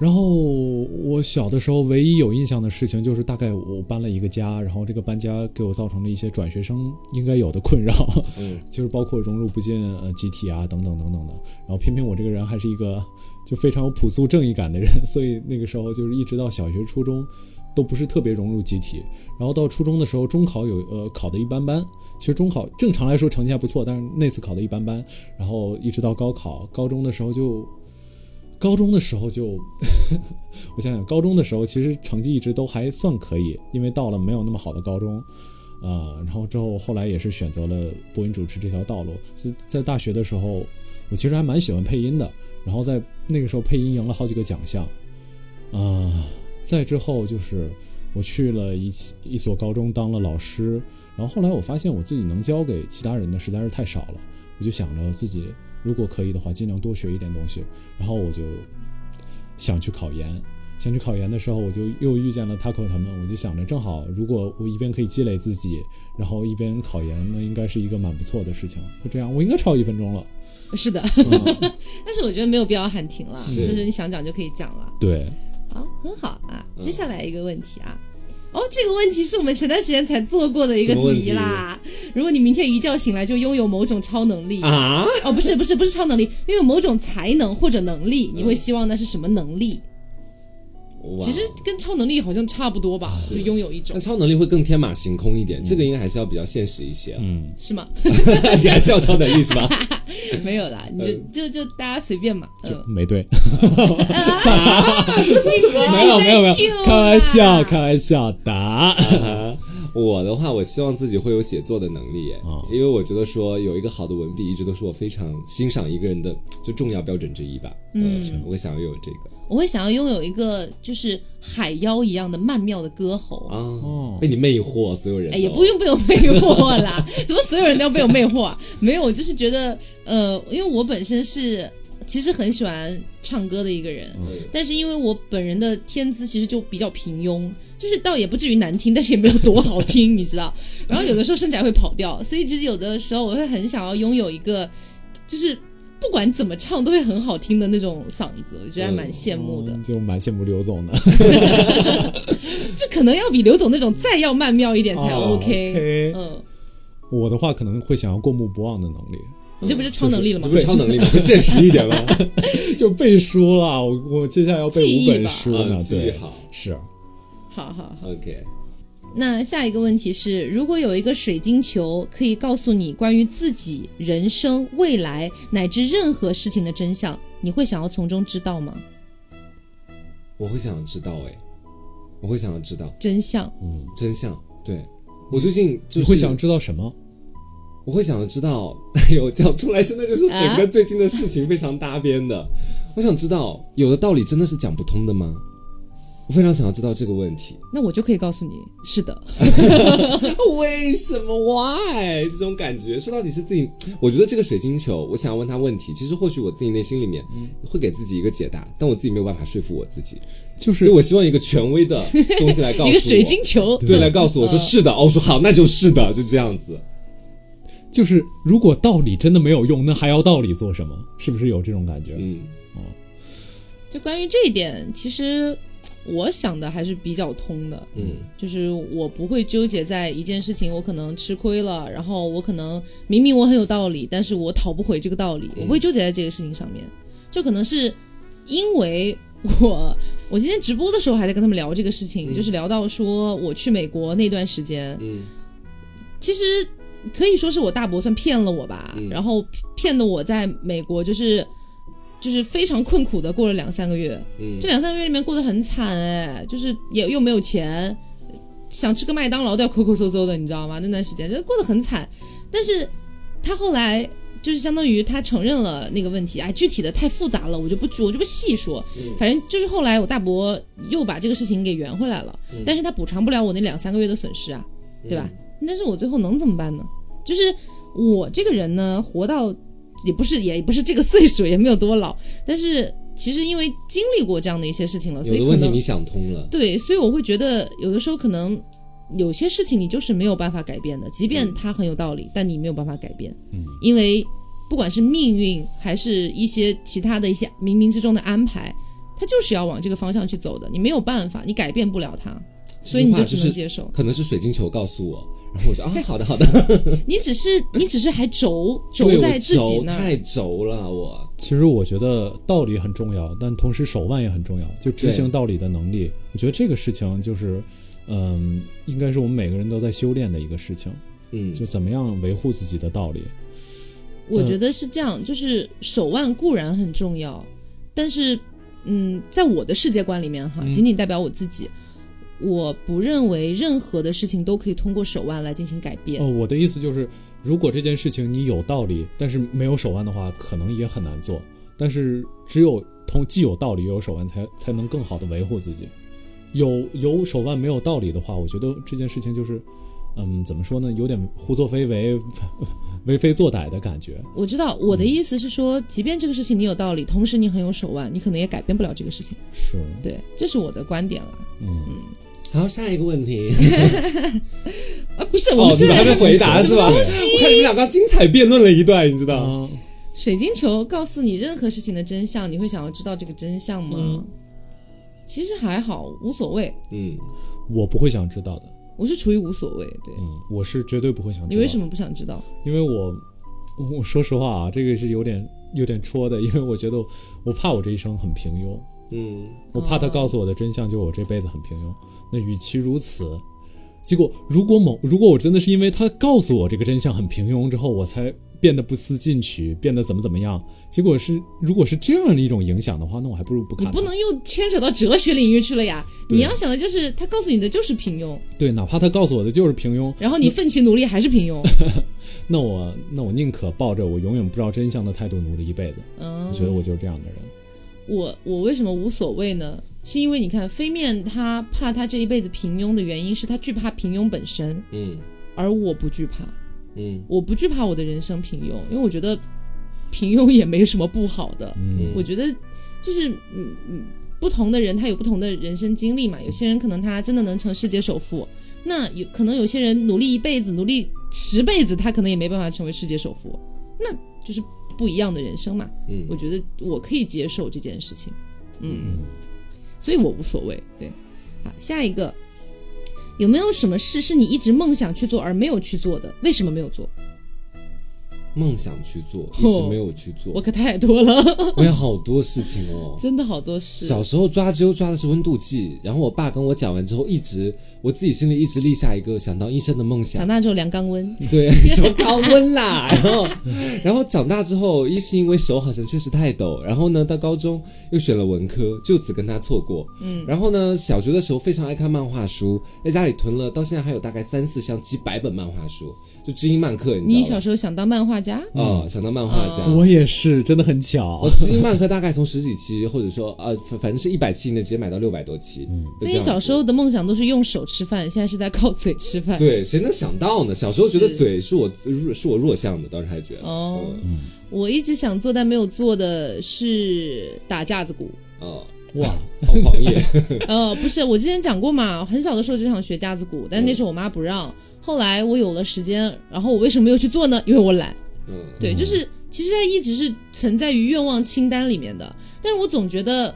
Speaker 1: 然后我小的时候唯一有印象的事情就是大概我搬了一个家，然后这个搬家给我造成了一些转学生应该有的困扰，
Speaker 3: 嗯，
Speaker 1: 就是包括融入不进呃集体啊等等等等的。然后偏偏我这个人还是一个就非常有朴素正义感的人，所以那个时候就是一直到小学、初中都不是特别融入集体。然后到初中的时候，中考有呃考的一般般，其实中考正常来说成绩还不错，但是那次考的一般般。然后一直到高考，高中的时候就。高中的时候就，我想想，高中的时候其实成绩一直都还算可以，因为到了没有那么好的高中，啊、然后之后后来也是选择了播音主持这条道路。在在大学的时候，我其实还蛮喜欢配音的，然后在那个时候配音赢了好几个奖项，啊、再之后就是我去了一一所高中当了老师，然后后来我发现我自己能教给其他人的实在是太少了，我就想着自己如果可以的话，尽量多学一点东西，然后我就想去考研。想去考研的时候，我就又遇见了 Taco 他们，我就想着正好，如果我一边可以积累自己，然后一边考研，那应该是一个蛮不错的事情。就这样，我应该超一分钟了。
Speaker 2: 是的，
Speaker 1: 嗯、
Speaker 2: 但是我觉得没有必要喊停了，
Speaker 3: 是
Speaker 2: 就是你想讲就可以讲了。
Speaker 1: 对，
Speaker 2: 好，很好啊。
Speaker 3: 嗯
Speaker 2: 接下来一个问题啊，哦，这个问题是我们前段时间才做过的一个
Speaker 3: 什么问
Speaker 2: 题
Speaker 3: 题
Speaker 2: 啦。如果你明天一觉醒来就拥有某种超能力，
Speaker 3: 啊，
Speaker 2: 哦，不是不是不是超能力，拥有某种才能或者能力，
Speaker 1: 嗯
Speaker 2: 你会希望那是什么能力？
Speaker 1: 哦
Speaker 3: 哇
Speaker 2: 其实跟超能力好像差不多吧，就拥有一种
Speaker 3: 那。超能力会更天马行空一
Speaker 2: 嗯
Speaker 3: 点，这个应该还是要比较现实一些啊。
Speaker 1: 嗯，
Speaker 2: 是吗？
Speaker 3: 你还是要超能力是吧？
Speaker 2: 没有啦，你
Speaker 1: 嗯
Speaker 2: 就就就大家随便嘛。 嗯，
Speaker 1: 没对，
Speaker 2: 不是自己在 啊
Speaker 1: 没有没有没有
Speaker 2: cue 啦，
Speaker 1: 开玩笑，开玩笑，答。
Speaker 3: 我的话，我希望自己会有写作的能力耶，
Speaker 1: 哦
Speaker 3: 因为我觉得说有一个好的文笔，一直都是我非常欣赏一个人的就重要标准之一吧。嗯，我想要有这个
Speaker 2: 我会想要拥有一个就是海妖一样的曼妙的歌喉啊。
Speaker 3: 啊，
Speaker 1: 哦
Speaker 3: 被你魅惑，所有人
Speaker 2: 哎，
Speaker 3: 都
Speaker 2: 也不用被我魅惑啦，怎么所有人都要被我魅惑啊？没有，我就是觉得，呃，因为我本身是其实很喜欢唱歌的一个人，
Speaker 3: 嗯
Speaker 2: 但是因为我本人的天资其实就比较平庸，就是倒也不至于难听，但是也没有多好听，你知道。然后有的时候甚至还会跑调，所以其实有的时候我会很想要拥有一个，就是不管怎么唱都会很好听的那种嗓子，我觉得还蛮羡慕的。
Speaker 1: 嗯 就蛮羡慕刘总的，
Speaker 2: 就可能要比刘总那种再要曼妙一点 才
Speaker 1: 哦
Speaker 2: OK。
Speaker 1: OK
Speaker 2: 嗯，
Speaker 1: 我的话可能会想要过目不忘的能力，
Speaker 2: 你这不是超能力了
Speaker 3: 这
Speaker 2: 吗
Speaker 3: 不？是超 能力吗？不现实一点吗？
Speaker 1: 就背书了。我我接下来要背
Speaker 2: 记
Speaker 1: 五
Speaker 2: 忆吧
Speaker 1: 本书
Speaker 3: 嗯
Speaker 1: 呢，
Speaker 3: 记忆
Speaker 1: 对，
Speaker 3: 好
Speaker 1: 是
Speaker 2: 好好好。
Speaker 3: ，OK，
Speaker 2: 那下一个问题是，如果有一个水晶球可以告诉你关于自己、人生、未来乃至任何事情的真相，你会想要从中知道吗？
Speaker 3: 我会想要知道哎，我会想要知道
Speaker 2: 真相，
Speaker 3: 真相。对我最近就
Speaker 1: 你
Speaker 3: 是
Speaker 1: 会想知道什么？
Speaker 3: 我会想要知道， 哎呦，讲出来真的就是整个最近的事情非常搭 边的。我想知道，有的道理真的是讲不通的吗？我非常想要知道这个问题。
Speaker 2: 那我就可以告诉你，是的，
Speaker 3: 为什么？Why？这种感觉，说到底是自己。我觉得这个水晶球，我想要问他问题，其实或许我自己内心里面
Speaker 2: 嗯
Speaker 3: 会给自己一个解答，但我自己没有办法说服我自己，
Speaker 1: 就
Speaker 3: 所
Speaker 1: 是
Speaker 3: 以我希望一个权威 的东西来告诉我。
Speaker 2: 一个水晶球，嗯
Speaker 3: 对，来告诉我说是的，哦，我说好，那就是的，就这样子。
Speaker 1: 就是如果道理真的没有用，那还要道理做什么？是不是有这种感觉？
Speaker 3: 嗯，
Speaker 2: 就关于这一点，其实我想的还是比较通的，
Speaker 3: 嗯，
Speaker 2: 就是我不会纠结在一件事情，我可能吃亏了，然后我可能明明我很有道理，但是我讨不回这个道理，我不
Speaker 3: 嗯
Speaker 2: 会纠结在这个事情上面，就可能是因为。我我今天直播的时候还在跟他们聊这个事情，就是聊到说我去美国那段时间，
Speaker 3: 嗯，
Speaker 2: 其实可以说是我大伯算骗了我吧，
Speaker 3: 嗯
Speaker 2: 然后骗的我在美国就是就是非常困苦的过了两三个月，
Speaker 3: 嗯
Speaker 2: 这两三个月里面过得很惨哎，就是也又没有钱，想吃个麦当劳都要抠抠搜搜的，你知道吗？那段时间就过得很惨，但是他后来。就是相当于他承认了那个问题，哎，具体的太复杂了，我就不我就不细说。
Speaker 3: 嗯
Speaker 2: 反正就是后来我大伯又把这个事情给圆回来了，
Speaker 3: 嗯
Speaker 2: 但是他补偿不了我那两三个月的损失啊，对吧？但是我最后能怎么办呢？就是我这个人呢，活到也不是也不是这个岁数，也没有多老，但是其实因为经历过这样的一些事情了，嗯所
Speaker 3: 有
Speaker 2: 以
Speaker 3: 的
Speaker 2: 可
Speaker 3: 问题
Speaker 2: 能
Speaker 3: 你想通了，
Speaker 2: 对，所以我会觉得有的时候可能有些事情你就是没有办法改变的，即
Speaker 3: 嗯
Speaker 2: 便它很有道理，但你没有办法改变，
Speaker 1: 嗯，
Speaker 2: 因为不管是命运还是一些其他的一些冥冥之中的安排，它就是要往这个方向去走的，你没有办法，你改变不了它，所以你
Speaker 3: 这句话
Speaker 2: 只
Speaker 3: 就
Speaker 2: 能
Speaker 3: 是
Speaker 2: 接受。
Speaker 3: 可能是水晶球告诉我，然后我就啊，好的 好的，
Speaker 2: 你只是你只是还轴轴
Speaker 3: 对我
Speaker 2: 在自己
Speaker 3: 轴
Speaker 2: 那儿，
Speaker 3: 太轴了，我
Speaker 1: 其实我觉得道理很重要，但同时手腕也很重要，就执行道理的能力。我觉得这个事情就是，嗯，应该是我们每个人都在修炼的一个事情，
Speaker 3: 嗯，
Speaker 1: 就怎么样维护自己的道理。
Speaker 2: 我觉得是这样，就是手腕固然很重要，但是嗯，在我的世界观里面哈，
Speaker 3: 嗯
Speaker 2: 仅仅代表我自己。我不认为任何的事情都可以通过手腕来进行改变。
Speaker 1: 哦，我的意思就是，如果这件事情你有道理，但是没有手腕的话，可能也很难做。但是只有同既有道理又有手腕才，才能更好的维护自己。有有手腕没有道理的话，我觉得这件事情就是，嗯，怎么说呢，有点胡作非为、 为非作歹的感觉。
Speaker 2: 我知道我
Speaker 3: 嗯
Speaker 2: 的意思是说，即便这个事情你有道理，同时你很有手腕，你可能也改变不了这个事情。
Speaker 1: 是，
Speaker 2: 对，这是我的观点了。
Speaker 1: 嗯，
Speaker 3: 好，下一个问题，
Speaker 2: 啊，不是，我
Speaker 3: 哦
Speaker 2: 们，
Speaker 3: 你
Speaker 2: 现
Speaker 3: 们
Speaker 2: 在
Speaker 3: 还没回答
Speaker 2: 什
Speaker 3: 是
Speaker 2: 么
Speaker 3: 吧？
Speaker 2: 东
Speaker 3: 我
Speaker 2: 西
Speaker 3: 看你们俩刚精彩辩论了一段，你知道？
Speaker 1: 啊，
Speaker 2: 水晶球告诉你任何事情的真相，你会想要知道这个真相吗？其实还好，无所谓。
Speaker 3: 嗯，
Speaker 1: 我不会想知道的。
Speaker 2: 我是处于无所谓，对。
Speaker 1: 嗯，我是绝对不会想知道。
Speaker 2: 你为什？么不想知道？
Speaker 1: 因为我，我说实话啊，这个是有点有点戳的，因为我觉得我怕我这一生很平庸。
Speaker 3: 嗯，
Speaker 1: 我怕他告诉我的真相就是我这辈子很平庸。那与其如此，结果如果某如果我真的是因为他告诉我这个真相很平庸之后，我才变得不思进取，变得怎么怎么样，结果是如果是这样的一种影响的话，那我还不如不
Speaker 2: 你
Speaker 1: 看它。
Speaker 2: 不能又牵扯到哲学领域去了呀！
Speaker 1: 对
Speaker 2: 你要想的就是他告诉你的就是平庸，
Speaker 1: 对，哪怕他告诉我的就是平庸，
Speaker 2: 然后你奋起努力还是平 庸。
Speaker 1: 那我那我宁可抱着我永远不知道真相的态度努力一辈子。
Speaker 2: 嗯
Speaker 1: 我，觉得我就是这样的人。
Speaker 2: 我我为什么无所谓呢？是因为你看飞面他怕他这一辈子平庸的原因是他惧怕平庸本身，
Speaker 3: 嗯，
Speaker 2: 而我不惧怕，
Speaker 3: 嗯，
Speaker 2: 我不惧怕我的人生平庸，因为我觉得平庸也没什么不好的。
Speaker 1: 嗯
Speaker 2: 我觉得就是嗯嗯，不同的人他有不同的人生经历嘛，有些人可能他真的能成世界首富，那有可能有些人努力一辈子，努力十辈子，他可能也没办法成为世界首富，那就是不一样的人生嘛。
Speaker 3: 嗯
Speaker 2: 我觉得我可以接受这件事情，嗯，所以我无所谓。对，好，下一个。有没有什么事是你一直梦想去做而没有去做的？为什么没有做？
Speaker 3: 梦想去做，一直没有去做
Speaker 2: 我，可 太多 了，
Speaker 3: 我有好多事情哦。
Speaker 2: 真的好多事。
Speaker 3: 小时候抓阄抓的是温度计，然后我爸跟我讲完之后，一直我自己心里一直立下一个想当医生的梦想
Speaker 2: 长。大之后量肛温，
Speaker 3: 对，什么高温 啦，然后，然后长大之后，一是因为手好像确实太抖，然后呢，到高中又选了文科，就此跟他错过。嗯，然后呢，小学的时候非常爱看漫画书，在家里囤了，到现在还有大概三四箱、几百本漫画书，就知音漫客，你
Speaker 2: 你
Speaker 3: 知
Speaker 2: 小嗯哦
Speaker 3: 道吗？
Speaker 2: 时候想当漫画家？
Speaker 3: 啊、想当漫画家。
Speaker 1: 我也是，真的很巧
Speaker 3: 我。知音漫客大概从十几期，或者说呃，反反正是一百期以内，直接买到六百多期。嗯，
Speaker 2: 所以小时候的梦想都是用手吃饭，现在是在靠嘴吃饭。
Speaker 3: 对，谁能想到呢？小时候觉得
Speaker 2: 是
Speaker 3: 嘴是我弱是我弱项的，当时还觉得
Speaker 2: 哦
Speaker 3: 嗯
Speaker 2: 我一直想做但没有做的是打架子鼓，
Speaker 3: 哦，
Speaker 1: 哇，
Speaker 3: 好 狂野，
Speaker 2: 呃，不是，我之前讲过嘛，很小的时候就想学架子鼓，但是
Speaker 3: 嗯
Speaker 2: 那时候我妈不让。后来我有了时间，然后我为什么没有去做呢？因为我懒。
Speaker 3: 嗯，
Speaker 2: 对，就是其实它一直是存在于愿望清单里面的，但是我总觉得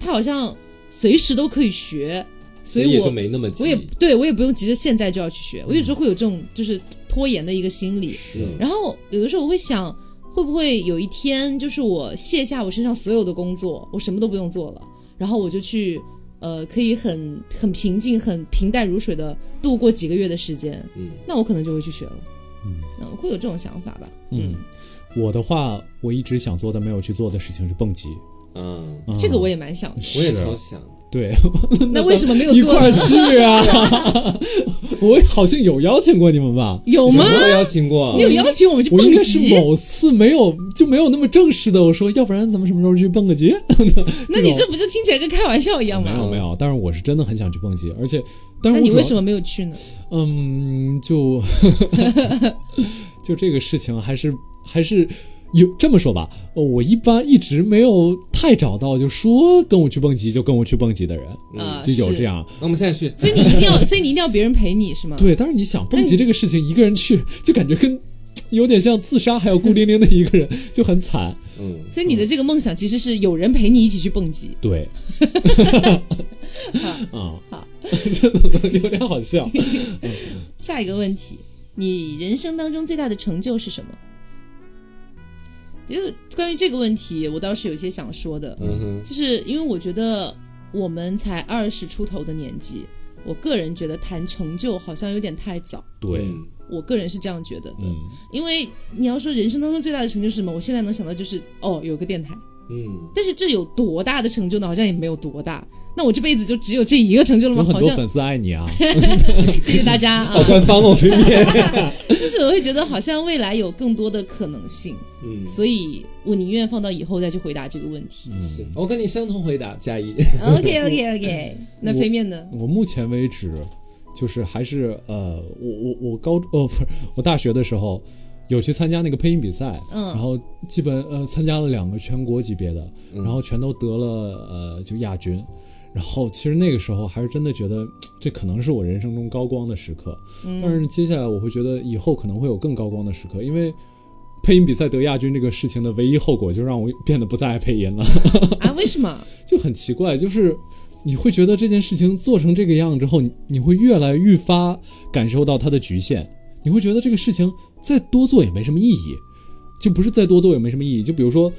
Speaker 2: 它好像随时都可以学，所以
Speaker 3: 也就
Speaker 2: 我
Speaker 3: 没那么急。
Speaker 2: 我也对我也不用急着现在就要去学，我一直会有这种就是拖延的一个心理。
Speaker 1: 是
Speaker 3: 嗯
Speaker 2: 然后有的时候我会想，会不会有一天，就是我卸下我身上所有的工作，我什么都不用做了，然后我就去，呃，可以很很平静、很平淡如水的度过几个月的时间，
Speaker 3: 嗯，
Speaker 2: 那我可能就会去学了，
Speaker 1: 嗯
Speaker 2: 嗯，会有这种想法吧，
Speaker 1: 嗯，我的话，我一直想做但没有去做的事情是蹦极。
Speaker 3: 啊，
Speaker 1: 嗯、
Speaker 2: 这个我也蛮想的，
Speaker 1: 是
Speaker 3: 我也超想，
Speaker 1: 对，嗯
Speaker 2: 那为什么没有
Speaker 1: 一
Speaker 2: 做
Speaker 1: 块
Speaker 2: 呢
Speaker 1: 儿？去啊！ 我好像有邀请过你们吧？
Speaker 2: 有
Speaker 3: 什
Speaker 2: 吗
Speaker 3: 么？都邀请过
Speaker 2: 你，有邀请我们去
Speaker 1: 我
Speaker 2: 蹦
Speaker 1: 应该是
Speaker 2: 极？
Speaker 1: 某次没有就没有那么正式的，我说要不然咱们什么时候去蹦个极？
Speaker 2: 那你这不就听起来跟开玩笑一 样
Speaker 1: 没
Speaker 2: 吗？
Speaker 1: 有没有，但是我是真的很想去蹦极，而且但
Speaker 2: 那
Speaker 1: 是
Speaker 2: 你为
Speaker 1: 么
Speaker 2: 什么没有去呢？
Speaker 1: 嗯就 就这个事情还是还是。有这么说吧，呃我一般一直没有太找到就说跟我去蹦极就跟我去蹦极的人，
Speaker 2: 啊，
Speaker 1: 就嗯有这
Speaker 2: 呃是。
Speaker 1: 样。
Speaker 3: 那我们现在去，
Speaker 2: 所以你一定要，所以你一定要别人陪你是吗？
Speaker 1: 对，但是你想蹦
Speaker 2: 嗯那你
Speaker 1: 极这个事情，一个人去就感觉跟有点像自杀，还有孤零零的一个人，就很惨。
Speaker 3: 嗯，
Speaker 2: 所以你的这个梦想其实是有人陪你一起去蹦极。
Speaker 1: 对， 啊，
Speaker 2: 好
Speaker 1: 这怎么有点好笑？
Speaker 2: 下一个问题，你人生当中最大的成就是什么？就是关于这个问题，我倒是有一些想说的，
Speaker 3: 嗯哼，
Speaker 2: 就是因为我觉得我们才二十出头的年纪，我个人觉得谈成就好像有点太早，
Speaker 1: 对，
Speaker 3: 嗯
Speaker 2: 我个人是这样觉得的。
Speaker 1: 嗯，
Speaker 2: 因为你要说人生当中最大的成就是什么，我现在能想到就是哦，有个电台。
Speaker 3: 嗯，
Speaker 2: 但是这有多大的成就呢？好像也没有多大。那我这辈子就只有这一个成就了
Speaker 1: 有
Speaker 2: 吗？
Speaker 1: 很
Speaker 2: 好
Speaker 1: 多
Speaker 2: 像
Speaker 1: 粉丝爱你啊，
Speaker 2: 谢谢大家 啊
Speaker 3: 好。官方哦，对面，
Speaker 2: 就是我会觉得好像未来有更多的可能性，
Speaker 3: 嗯，
Speaker 2: 所以我宁愿放到以后再去回答这个问题。
Speaker 3: 是我跟你相同回答，加一，
Speaker 2: OK OK OK，那飞面呢？
Speaker 1: 嗯我目前为止，就是还是呃，我我我高哦不是我大学的时候有去参加那个配音比赛，
Speaker 2: 嗯
Speaker 1: 然后基本呃参加了两个全国级别的，
Speaker 3: 嗯
Speaker 1: 然后全都得了呃就亚军。然后其实那个时候还是真的觉得这可能是我人生中高光的时刻，但是接下来我会觉得以后可能会有更高光的时刻，因为配音比赛得亚军这个事情的唯一后果就让我变得不再爱配音了。
Speaker 2: 啊，为什么？
Speaker 1: 就很奇怪，就是你会觉得这件事情做成这个样之后，你你会越来愈发感受到它的局限，你会觉得这个事情再多做也没什么意义，就不是再多做也没什么意义。就比如说，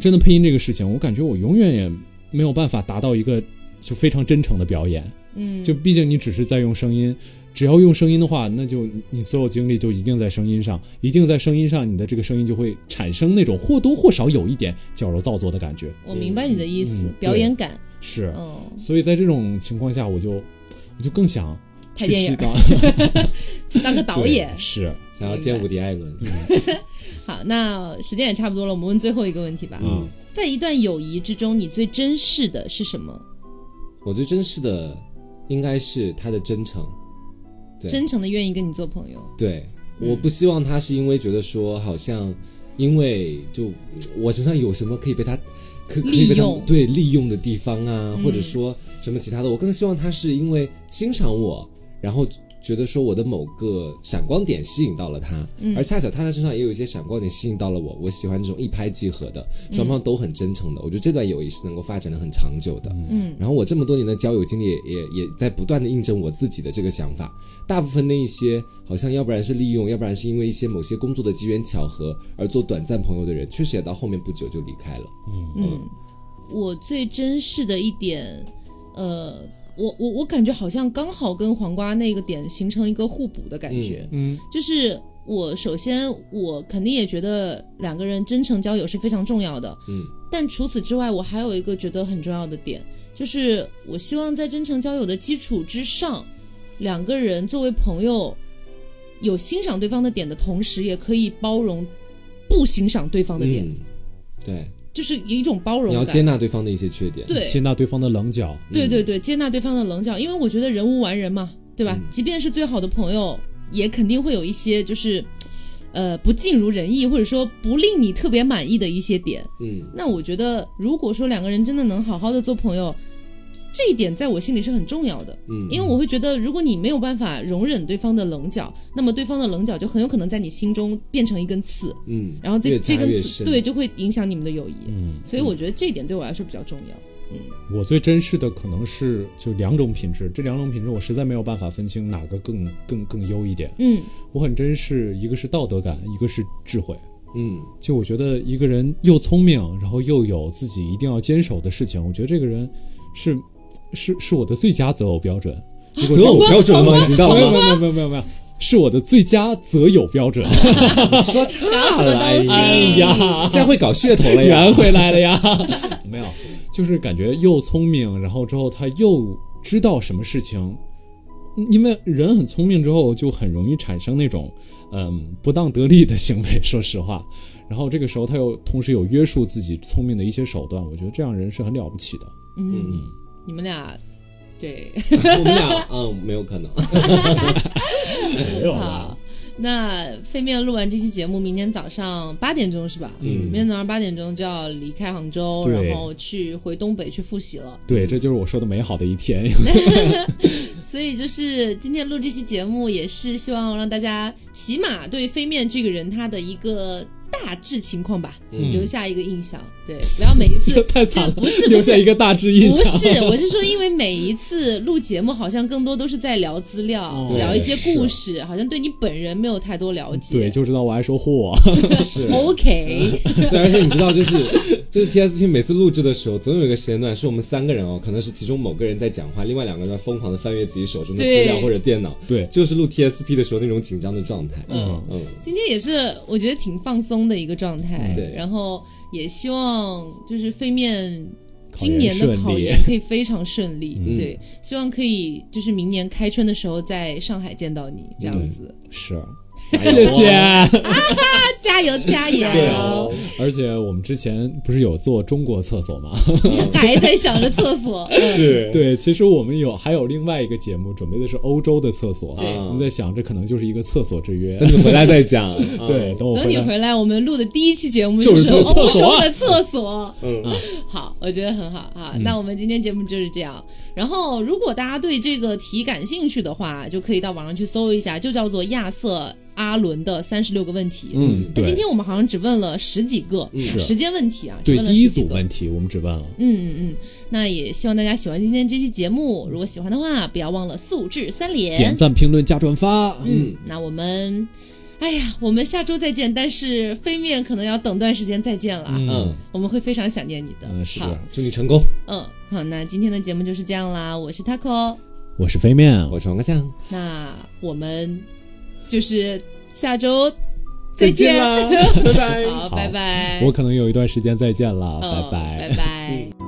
Speaker 1: 真的配音这个事情，我感觉我永远也没有办法达到一个就非常真诚的表演，
Speaker 2: 嗯，
Speaker 1: 就毕竟你只是在用声音。只要用声音的话，那就你你所有精力就一定在声音上，一定在声音上，你的这个声音就会产生那种或多或少有一点矫揉造作的感觉。
Speaker 2: 我明白你的意思
Speaker 1: 嗯，
Speaker 2: 表演感，
Speaker 1: 是，
Speaker 2: 嗯，
Speaker 1: 所以在这种情况下，我就我就更想
Speaker 2: 拍
Speaker 1: 去
Speaker 2: 电影
Speaker 1: 去当
Speaker 2: 去当个导演
Speaker 1: 对。是，
Speaker 3: 想要见伍迪·艾伦，
Speaker 2: 好，那时间也差不多了，我们问最后一个问题吧。
Speaker 1: 嗯
Speaker 2: 在一段友谊之中，你最珍视的是什么？
Speaker 3: 我最珍视的应该是他的真诚，对
Speaker 2: 真诚的愿意跟你做朋友。
Speaker 3: 对，我不希望他是因为觉得说好像因为就嗯我身上有什么可以被他可可以被
Speaker 2: 利
Speaker 3: 他
Speaker 2: 用
Speaker 3: 对利用的地方啊，
Speaker 2: 嗯
Speaker 3: 或者说什么其他的，我更希望他是因为欣赏我，然后。觉得说我的某个闪光点吸引到了他，
Speaker 2: 嗯
Speaker 3: 而恰巧他在身上也有一些闪光点吸引到了我。我喜欢这种一拍即合的，
Speaker 2: 嗯
Speaker 3: 双方都很真诚的。我觉得这段友谊是能够发展的很长久的。
Speaker 2: 嗯
Speaker 3: 然后我这么多年的交友经历也也也在不断的印证我自己的这个想法。大部分那一些好像要不然是利用，要不然是因为一些某些工作的机缘巧合而做短暂朋友的人，确实也到后面不久就离开了。
Speaker 2: 嗯，我最珍视的一点，呃，我我我感觉好像刚好跟黄瓜那个点形成一个互补的感觉，
Speaker 1: 嗯
Speaker 2: 就是我首先我肯定也觉得两个人真诚交友是非常重要的，
Speaker 3: 嗯，
Speaker 2: 但除此之外，我还有一个觉得很重要的点，就是我希望在真诚交友的基础之上，两个人作为朋友，有欣赏对方的点的同时，也可以包容不欣赏对方的点，
Speaker 3: 嗯，对，
Speaker 2: 就是有一种包容
Speaker 3: 你
Speaker 2: 感。
Speaker 3: 要接纳对方的一些缺点。
Speaker 2: 对
Speaker 1: 接纳对方的棱角，
Speaker 3: 嗯
Speaker 2: 对对对，接纳对方的棱角，因为我觉得
Speaker 3: 嗯
Speaker 2: 人无完人嘛，对吧？即便是最好的朋友，也肯定会有一些就是，呃不尽如人意，或者说不令你特别满意的一些点。
Speaker 3: 嗯，
Speaker 2: 那我觉得，如果说两个人真的能好好的做朋友，这一点在我心里是很重要的。
Speaker 3: 嗯，
Speaker 2: 因为我会觉得，如果你没有办法容忍对方的棱角，那么对方的棱角就很有可能在你心中变成一根刺，
Speaker 3: 嗯，
Speaker 2: 然后这
Speaker 3: 越
Speaker 2: 这
Speaker 3: 扎
Speaker 2: 根
Speaker 3: 越
Speaker 2: 刺
Speaker 3: 深
Speaker 2: 对就会影响你们的友谊。
Speaker 1: 嗯，
Speaker 2: 所以我觉得这一点对我来说比较重要。
Speaker 1: 我最珍视的可能是就两种品质，这两种品质我实在没有办法分清哪个更更更优一点。
Speaker 2: 嗯
Speaker 1: 我很珍视一个是道德感，一个是智慧。
Speaker 3: 嗯
Speaker 1: 就我觉得一个人又聪明，然后又有自己一定要坚守的事情，我觉得这个人是是是我的最佳择偶标准。如果
Speaker 3: 择偶
Speaker 1: 没
Speaker 3: 标准吗？你知道
Speaker 1: 有没
Speaker 3: 吗？
Speaker 1: 有没有没有没有没有，是我的最佳择友标准。
Speaker 3: 说差了，哎
Speaker 1: 哎
Speaker 3: 呀，
Speaker 1: 呀，
Speaker 3: 现在会搞噱头了呀
Speaker 1: 圆！回来了呀！ 没有，就是感觉又聪明，然后之后他又知道什么事情，因为人很聪明之后就很容易产生那种嗯不当得利的行为，说实话。然后这个时候他又同时有约束自己聪明的一些手段，我觉得这样人是很了不起的。
Speaker 2: 嗯，
Speaker 3: 嗯，
Speaker 2: 你们俩对。
Speaker 3: 我们俩嗯没有可能，
Speaker 1: 没有
Speaker 2: 好，那飞面录完这期节目，明天早上八点钟是吧？
Speaker 3: 嗯
Speaker 2: 明天早上八点钟就要离开杭州，
Speaker 1: 对
Speaker 2: 然后去回东北去复习了。
Speaker 1: 对，这就是我说的美好的一天。
Speaker 2: 所以就是今天录这期节目，也是希望让大家起码对飞面这个人他的一个大致情况吧，
Speaker 3: 嗯
Speaker 2: 留下一个印象。对，不要每一次
Speaker 1: 这太惨了，
Speaker 2: 不是不
Speaker 1: 留下一
Speaker 2: 是。
Speaker 1: 个大致印
Speaker 2: 不
Speaker 1: 象。
Speaker 2: 是，我是说，因为每一次录节目，好像更多都是在聊资料，
Speaker 1: 哦
Speaker 2: 聊一些
Speaker 3: 对
Speaker 2: 故事，好像对你本人没有太多了解。
Speaker 1: 对，就知道我爱说货。
Speaker 3: 是
Speaker 2: OK，
Speaker 3: 对，而且你知道，就是就是 TSP 每次录制的时候，总有一个时间段是我们三个人哦，可能是其中某个人在讲话，另外两个人在疯狂的翻阅自己手中的
Speaker 2: 对
Speaker 3: 资料或者电脑，
Speaker 1: 对
Speaker 3: 就是录 TSP 的时候那种紧张的状态。嗯嗯，
Speaker 2: 今天也是我觉得挺放松的一个状态，
Speaker 3: 嗯对
Speaker 2: 然后也希望就是飞面
Speaker 1: 考研
Speaker 2: 今年的考研
Speaker 1: 顺
Speaker 2: 可以非常顺利，
Speaker 1: 嗯
Speaker 2: 对，希望可以就是明年开春的时候在上海见到你这样子，
Speaker 1: 是，哎
Speaker 3: 加
Speaker 1: 谢
Speaker 3: 油
Speaker 1: 谢。
Speaker 2: 加油加油！
Speaker 1: 对 啊而且我们之前不是有做中国厕所吗？
Speaker 2: 还在想着厕所，嗯
Speaker 3: 是，
Speaker 1: 对，其实我们有还有另外一个节目，准备的是欧洲的厕所。啊
Speaker 2: 对
Speaker 1: 我们在想，这可能就是一个厕所之约。
Speaker 3: 等你回来再 讲。嗯
Speaker 1: 对，，等我
Speaker 2: 等你
Speaker 1: 来。
Speaker 2: 回来，我们录的第一期节目哦
Speaker 1: 就是是厕
Speaker 2: 欧
Speaker 1: 所啊
Speaker 2: 洲的厕所。
Speaker 3: 嗯，
Speaker 2: 好，我觉得很好啊。
Speaker 1: 嗯
Speaker 2: 那我们今天节目就是这样。然后，如果大家对这个题感兴趣的话，就可以到网上去搜一下，就叫做亚瑟阿伦的三十六个问题。
Speaker 1: 嗯，
Speaker 2: 那今
Speaker 1: 对
Speaker 2: 天我们好像只问了十几个
Speaker 1: 是
Speaker 2: 时间问题啊，只
Speaker 1: 对，
Speaker 2: 问了
Speaker 1: 第一
Speaker 2: 十几
Speaker 1: 组
Speaker 2: 个。
Speaker 1: 问题我们只问了。
Speaker 2: 嗯嗯嗯，那也希望大家喜欢今天这期节目。如果喜欢的话，不要忘了素质三
Speaker 1: 点
Speaker 2: 连。
Speaker 1: 赞、评论、加转发，
Speaker 2: 嗯，那我们，哎呀，我们下周再见。但是飞面可能要等段时间再见了啊，
Speaker 3: 嗯
Speaker 2: 我们会非常想念你的。
Speaker 1: 嗯，是，
Speaker 2: 好，
Speaker 3: 祝你成功。
Speaker 2: 嗯，好，那今天的节目就是这样啦。我是 Taco，
Speaker 1: 我是飞面，
Speaker 3: 我是王个酱，
Speaker 2: 那我们就是下周再见，
Speaker 3: 啦，拜 拜。
Speaker 2: 好，拜拜，
Speaker 1: 我可能有一段时间再见了，拜
Speaker 2: 嗯
Speaker 1: 拜。
Speaker 2: 拜拜。